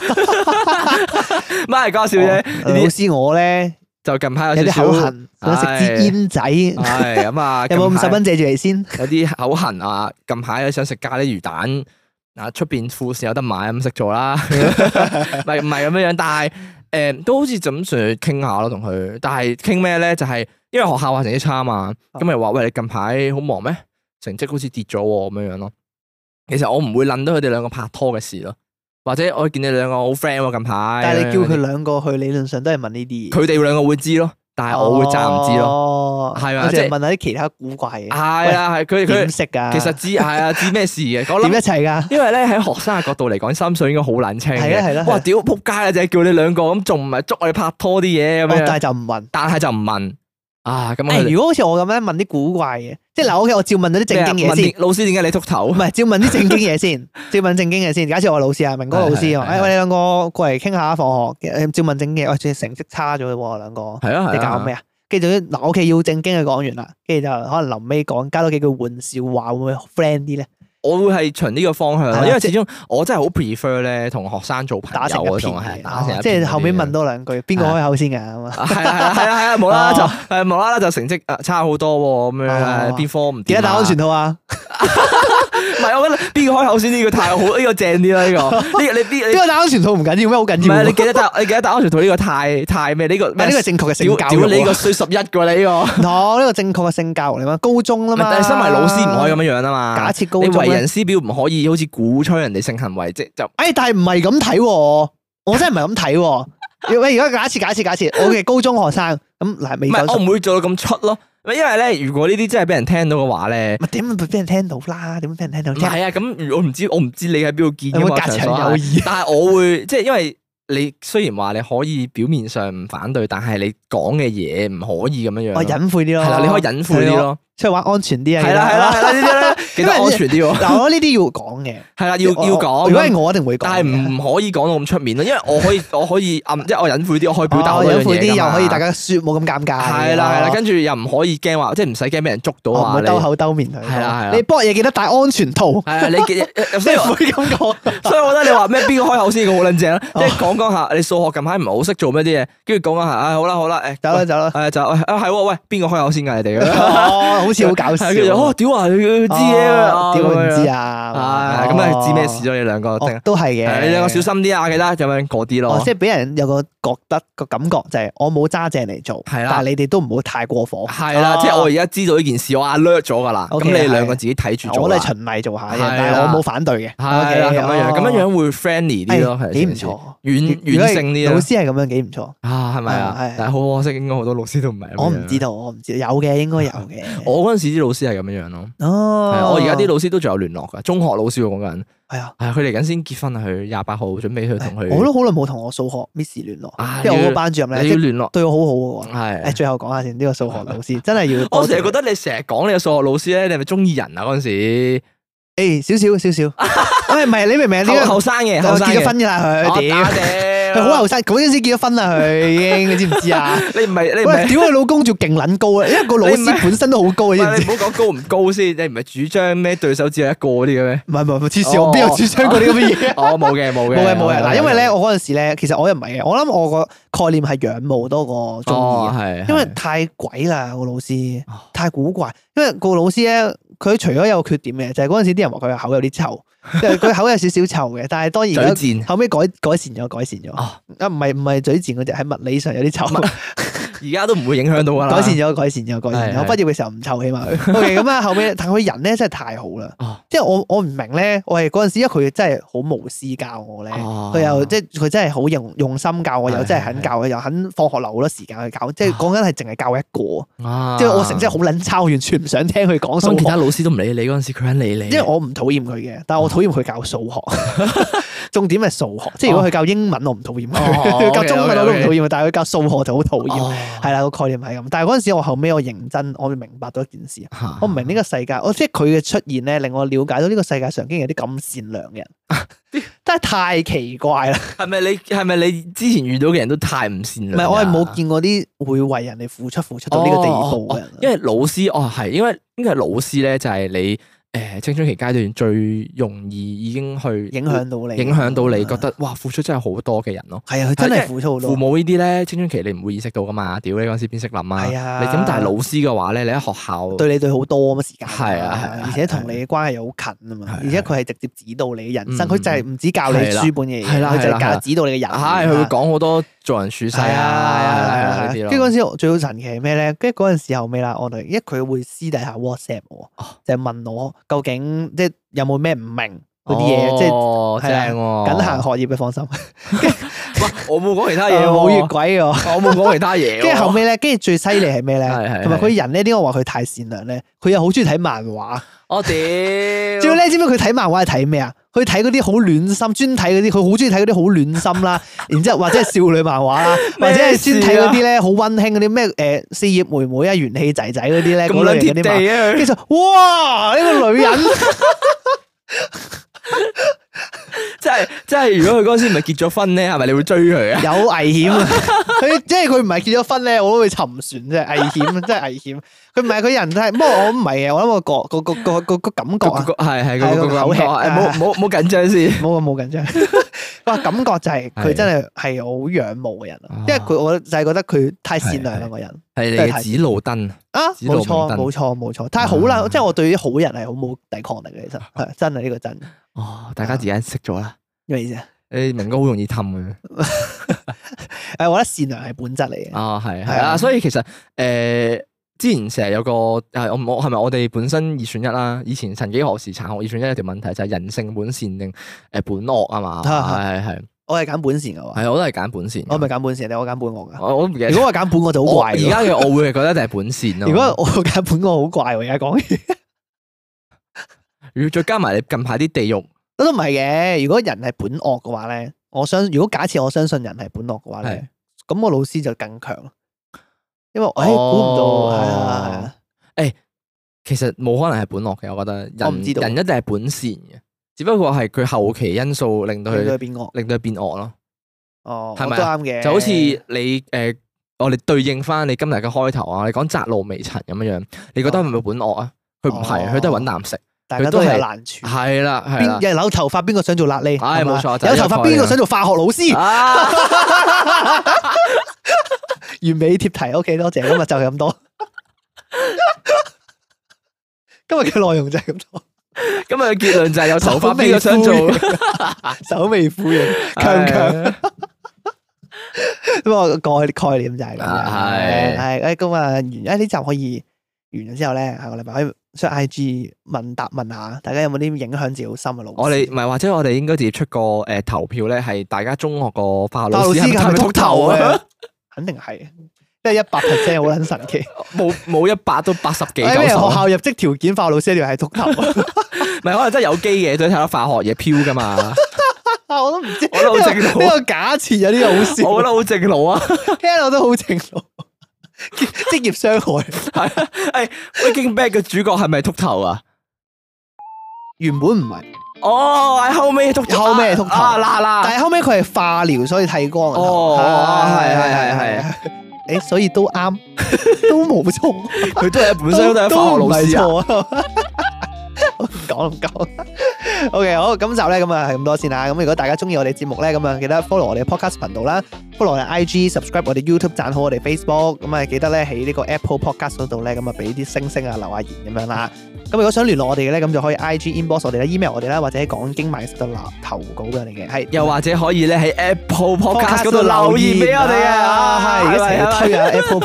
[LAUGHS] 唔係講笑啫，哦老師我咧就近排有有啲少口 [LAUGHS] 少。痕，想食支煙仔， [LAUGHS] 有係咁啊，冇近五排十蚊借住嚟先？有啲口痕啊，近排咧想食咖喱魚蛋，啊出邊副市有得買咁食 [LAUGHS] 咗啦， [LAUGHS] 唔係唔係咁樣樣，但係誒、都好似就咁上去傾下咯，同佢，但係傾咩咧？就係、因為學校話成績差嘛，咁咪話喂你近排好忙咩？成績好似跌咗喎咁樣樣咯。其實我唔會諗到佢哋兩個拍拖嘅事咯，或者我見你兩個好 friend 喎近排，但係你叫佢咁樣兩個去，理論上都係問呢啲嘢。佢哋兩個會知咯，但係哦我會暫唔知咯，咯係啊哦我即淨係係問下啲其他古怪嘅，係啊係佢哋佢點哋識㗎？其實知係啊知咩事嘅，我諗點一齊㗎？因為咧喺學生嘅角度嚟講，心水應該好冷清嘅係啦係啦係哇！啦屌仆街啊，就係叫你兩個咁，仲唔係捉我哋拍拖啲哦嘢咁但係哎樣？就唔問。但係就唔問啊，咁誒，我如果好似我咁樣問啲古怪嘅，即係嗱，OK，我照問咗啲正經嘢先。老師點解你禿頭唔？係，照問啲正經嘢先， [LAUGHS] 照問正經嘢先。假設我係老師啊，明哥老師係係啊，誒，係我哋兩個過嚟傾下放學，誒照問正經嘢，喂，最近成績差咗喎，兩個，係啊你搞咩？啊？跟住總之嗱，啊 [LAUGHS] 我屋企要正經嘅講完啦，跟住就可能臨尾講加多幾句玩笑話，會唔會 friend 啲咧？我會係循呢個方向係啦，啦因為啊即始終我真係好 prefer 咧同學生做朋打成友一嗰片種，啊係打成嘅，一即係片嗰啲後嘅尾問多兩句，邊個開口先㗎咁啊？啊係啦係啦係啦係 [LAUGHS] 啦，無啦啦哦就誒無啦啦就成績誒差好多喎，咁哦樣誒邊科唔掂啊記得打安全套啊！唔係，我覺得邊個開口先呢個太好，呢個正啲啦，呢個呢個你邊邊個打安全套唔緊要咩？好唔緊要係喎。你記得打 [LAUGHS] 你記得打安全套呢個太太啊咩？呢個唔係呢個係正確嘅性屌教屌你育 [LAUGHS] 個啊。衰十一個你呢個，唔同呢個正確嘅性教育嚟嘛，高中啦嘛。但係身為老師唔可以咁樣樣啊嘛。假設高你中為呢人師表唔可以好似鼓吹人哋性行為，即就哎，但係唔係咁睇喎，我真係唔係咁睇 [LAUGHS] 喎。喂，而家假設假設假設，我嘅高中學生咁嗱，未唔係夠我十，唔會做到咁出咯。因為咧，如果呢啲真係俾人聽到嘅話咧，咪點會俾人聽到啦？點會俾人聽到唔啫？係啊，咁如我唔知我唔知你喺邊度見嗯有冇嘅嘛，隔場牆所有係耳？但係我會即係因為你雖然話你可以表面上唔反對，但係你講嘅嘢唔可以咁樣樣我咯。隱晦啲咯，係啦，你可以隱晦啲咯。出去玩安全啲啊。係啦係啦係啦，呢啲 [LAUGHS] 咧記因得為安全啲喎。嗱，我呢啲要講嘅，係啦，要我要講。如果係我一定會講嘅，但係唔可以講到咁出面咯，因為我可以 [LAUGHS] 我可以暗，即係我隱晦啲，我可以表達哦好多樣隱晦嘢啲，㗎嘛又可以大家説冇咁尷尬。哦係啦係啦，跟住又唔可以驚話，即係唔使驚俾人捉到我唔話會你。兜口兜面佢。係啦係啦你搏嘢記得戴安全 [LAUGHS] 套，係啊，你 [LAUGHS] 嘅即所以係我唔會咁講。所以我覺得你話咩邊個開口先，好撚正啦。哦即係講講下，你數學近排唔係好識做咩啲嘢，跟住講講下，啊唉好啦好啦， [LAUGHS] 誒 [LAUGHS] 走啦走 [LAUGHS] 啦。誒就誒啊係喎，喂邊個開口先㗎你哋？哦， [LAUGHS] 好似好搞笑。 [LAUGHS] 跟住哦屌啊，你知嘅哦啊屌咁佢樣唔知啊？啊，咁啊知咩事咗你兩個？定哦？都係嘅。係你兩個小。心啲啊，記得咁樣嗰啲哦咯，即。係俾人有個覺得個感覺就係我冇揸正嚟做，係啦但係你哋都唔好太過火。係啦，哦即係我而家知道呢件事，我 alert 咗噶啦。咁 OK，你兩個自己睇住做我啦。都係係循例做下係嘅，啦但係我冇反對嘅。係啦，咁 OK，樣樣，哦咁樣樣會 friendly 啲咯，哎係幾唔，錯。軟如果軟係性啲老咯師。係咁樣幾唔錯。啊，係咪啊係係？但係好可惜，應該好多老師都唔係。我唔知。道，我唔知道，有嘅應該有嘅。我嗰陣時啲老師係咁樣樣咯，啊係啊哦，我而家啲老師都仲有聯絡噶，中學老師喎講緊，係啊，係啊佢嚟緊先結婚啊，佢廿八號準備去同佢，哎我都好耐冇同我數學 Miss 聯啊絡，因為我個班主任咧，你即要係聯絡對我好好嘅喎。誒，係。哎最後講下先，呢個數學老 [LAUGHS] 師真係要多謝。我成日覺得你成日講你嘅數學老師咧，你係咪中意人啊？嗰陣時誒哎少少少少，喂唔係你明唔明啊？呢 [LAUGHS] 後個後生嘅，後就生結嘅咗婚㗎啦佢，我屌打你，佢好後生，嗰陣時結咗婚啦佢已經，你知唔知啊？ [LAUGHS] 你唔係喂，你唔係屌佢老公仲勁撚高啊，因為個老你唔係師本身都好高，喂你知唔你知唔？好講高唔高先，你唔係主張咩對手只有一個嗰啲嘅咩？唔係唔係唔係黐線，哦我邊有主張過啲咁嘅嘢？ [LAUGHS] 哦，冇嘅冇嘅，冇嘅冇嘅，嗱，因為咧我嗰陣時咧，其實我又唔係嘅，我諗我個概念係仰慕多過中意嘅哦係，因為係太鬼啦個老師哦，太古怪。因為個老師咧，佢除咗有缺點嘅，就係嗰陣時啲人話佢口有啲臭，即係佢口有少少臭嘅。但係當然而家嘴賤後尾改改善咗，改善咗。哦啊，唔係唔係嘴賤嗰只，係物理上有啲臭。而家都唔會影響到噶 [LAUGHS] 啦，改善咗，改善咗，改善咗。係係我畢業嘅時候唔臭，起碼。OK，咁啊，後尾但佢人咧真係太好啦。哦即係我我唔明咧，我係嗰陣時，因為佢真係好無私教我咧，哦佢又即係佢真係好用用心教我，又係真係肯教我，又肯放學留好多時間去教，即係講緊係淨係教一個。啊即係我成績好撚差，我完全唔想聽佢講當數其他啊學，老師都唔理你嗰陣時，佢肯理你，因為我唔討厭佢嘅，但係我討厭佢教數學。 [LAUGHS] 重點係數學，即係如果佢教英文我唔討厭哦 [LAUGHS] 佢，教中文我都唔 OK，OK，OK 討厭佢，但係佢教數學就好討厭。哦係啦，個概念係咁。但係嗰陣時我後尾我認真，我明白到一件事，嚇我唔明呢個世啊界，我即係佢嘅出現咧，令我了解到呢個世界上竟然有啲咁善良嘅人， [LAUGHS] 真係太奇怪啦！係咪你係咪你之前遇到嘅人都太唔善唔良啊？係我係冇見過啲會為人哋付出付出到呢個地步嘅哦哦人啊哦。因為老師哦係，因為應該係老師咧，就係你誒青春期階段最容易已經去影響到你，影響到你覺得哇付出真係好多嘅人咯。係啊，佢真係付出好多父。母呢啲咧，青春期你唔會意識到噶嘛？屌你嗰陣時邊識諗啊？係啊你咁但係老師嘅話咧，你喺學校對你對好多咁嘅時間，係啊係啊而且同你嘅關係又好近啊係啊嘛，而且佢係直接指導你嘅人生，嗯佢就係唔止教你係啦書本嘅嘢，係啦佢就係啦係係啦教指導你嘅人。啊唉，佢會講好多做人處世係啊，啊係係啊啦係係啦啊，呢跟住啲咯。嗰陣時我最好神奇係咩咧？跟住嗰陣時後尾啦，我哋因為佢會私底下 WhatsApp 我哦，就係問我究竟即係有冇咩唔明嗰啲嘢，即係係係啊哦正喎，僅限學業嘅放心，哇。我哎冇講其他嘢喎，冇越軌嘅喎。我冇講其他嘢喎。跟住後尾咧，跟住最犀利係咩咧？係係同埋佢人咧，點解我話佢太善良咧？佢又好中意睇漫畫。我哦屌，啊仲要咧，知唔知佢睇漫畫係睇咩啊？佢睇嗰啲好暖心，專睇嗰啲，佢好中意睇嗰啲好暖心 [LAUGHS] 啦，然之後或者係少女漫畫啦，或者係專睇嗰啲咧好温馨嗰啲咩誒四葉妹妹啊、元氣仔仔嗰啲咧，咁嗰撚類型嗰貼啲漫畫。地啊跟佢！住 [LAUGHS] 就哇！呢個女人即即係即係，如果佢嗰陣時唔係結咗婚咧，係咪你會追佢啊？有危險啊！佢即係佢唔係結咗婚咧，我都會沉船啫，危險，真係危險。佢唔係佢人真係，不過我唔係嘅，啊我諗我個個個個個個感覺個啊，個係係係個個個口口吃啊氣，誒冇冇冇緊張先。冇啊冇緊 [LAUGHS] 張。哇，感覺就係佢係真係係我好仰慕嘅人啊啊，因為佢我就係覺得佢太善良啦係個人係你真係嘅太指路燈，啊，指導冇錯明燈冇錯冇錯，太好啦！啊即係我對於好人係好冇抵抗力嘅，其實係真係呢個真，哦，啊大家自己識咗啦。咩意思啊？誒，明哥好容易氹嘅。誒，我覺得善良係本質嚟嘅，啊，係係係啊啊，所以其實誒、呃之前成日有個係我唔我係咪我哋本身二選一啦？以前曾幾何時殘酷二選一有條問題就係人性本善定誒本惡啊嘛？係係係係我係揀本善嘅話，係，我都係揀本善㗎。我咪揀本善，你我揀本惡㗎。我我都唔記得如。果我揀本我就好我怪而㗎家嘅我會係覺得就係本善啊咯。如果我揀本我好怪喎，而家講嘢如果再加埋你近排啲地獄都唔係嘅。如果人係本惡嘅話咧，我相如果假設我相信人係本惡嘅話咧，咁我老師就更強，因為哦誒估唔到係啊係啊，其實冇可能係本惡嘅，我覺得人我唔知道人一定係本善嘅，只不過係佢後期因素令到佢佢佢變惡令到佢變惡咯。哦，係我咪都啊啱嘅，就好似你誒，我哋對應翻你今日嘅開頭啊，你講窄路微塵咁樣樣，你覺得係咪本惡啊？佢唔係，哦佢都係揾啖食，大家佢都都有係難處，係啦係啦邊，有扭頭髮邊個想做瘌痢？唉係嘛冇錯就有係呢頭個髮概邊念個啊想做化學老師？ [LAUGHS] 啊完美貼題，OK，多謝，今日就係咁多。 [LAUGHS] 今日嘅內容就係咁多，今日嘅啊結論就係有頭髮邊個想做首尾呼應，首尾呼應，[LAUGHS] 強唔 [LAUGHS] 強？係咁我個概概念就係咁樣，啊係係誒咁啊完，誒呢集可以完咗之後咧，下個禮拜可以上 I G 問答問下大家有冇啲影響自己好深嘅老師我哋唔係或者我哋應該自己出個誒投票咧，係大家中學個化學教老老師師係咪係咪禿禿頭頭啊啊？？肯定係，即係一百 percent 好撚神奇。冇冇一百都八十 [LAUGHS] 幾哎九咩十學啊，校入職條件化學老師一定係 [LAUGHS] 禿頭啊？唔係可能真係有機嘅，都睇到化學嘢飄噶嘛，我都唔知，我都好正呢路個呢個假設有啲好笑， [LAUGHS] 我覺得好正路 [LAUGHS] 啊！聽落都好正 [LAUGHS] 路，職業傷害係啊，誒《Breaking Bad》嘅主角係咪禿頭啊？原本唔係，哦，係後尾禿頭，後尾係禿頭啊啦啦，但係後尾佢係化療所以剃光啊個頭哦係係係係係，誒所以都啱， [LAUGHS] 都冇錯，佢都係本身都係化學老師啊。都唔係錯 [LAUGHS] 啊！我唔講唔講，OK 好，今集咧咁啊係咁多先啦。咁如果大家中意我哋節目咧，咁啊記得 follow 我哋 podcast 頻道啦，follow 我哋 IG，subscribe 我哋 YouTube，讚好我哋 Facebook。咁啊記得咧喺呢個 Apple Podcast 嗰度咧，咁啊俾啲星星啊留下言咁樣啦。咁如果想聯絡我哋嘅咧，咁就可以 IG inbox 我哋啦，email 我哋啦，或者喺講經萬應室度留投稿俾我哋嘅，係又或者可以咧喺 Apple Podcast 嗰度留言俾我哋啊，係而家成日推啊，啊 Apple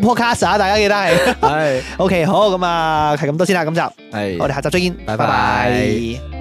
Podcast，Apple Podcast 啊，大家記得係。係 OK，好咁啊，係咁多先啦，今集。係我哋下集再見，拜拜拜拜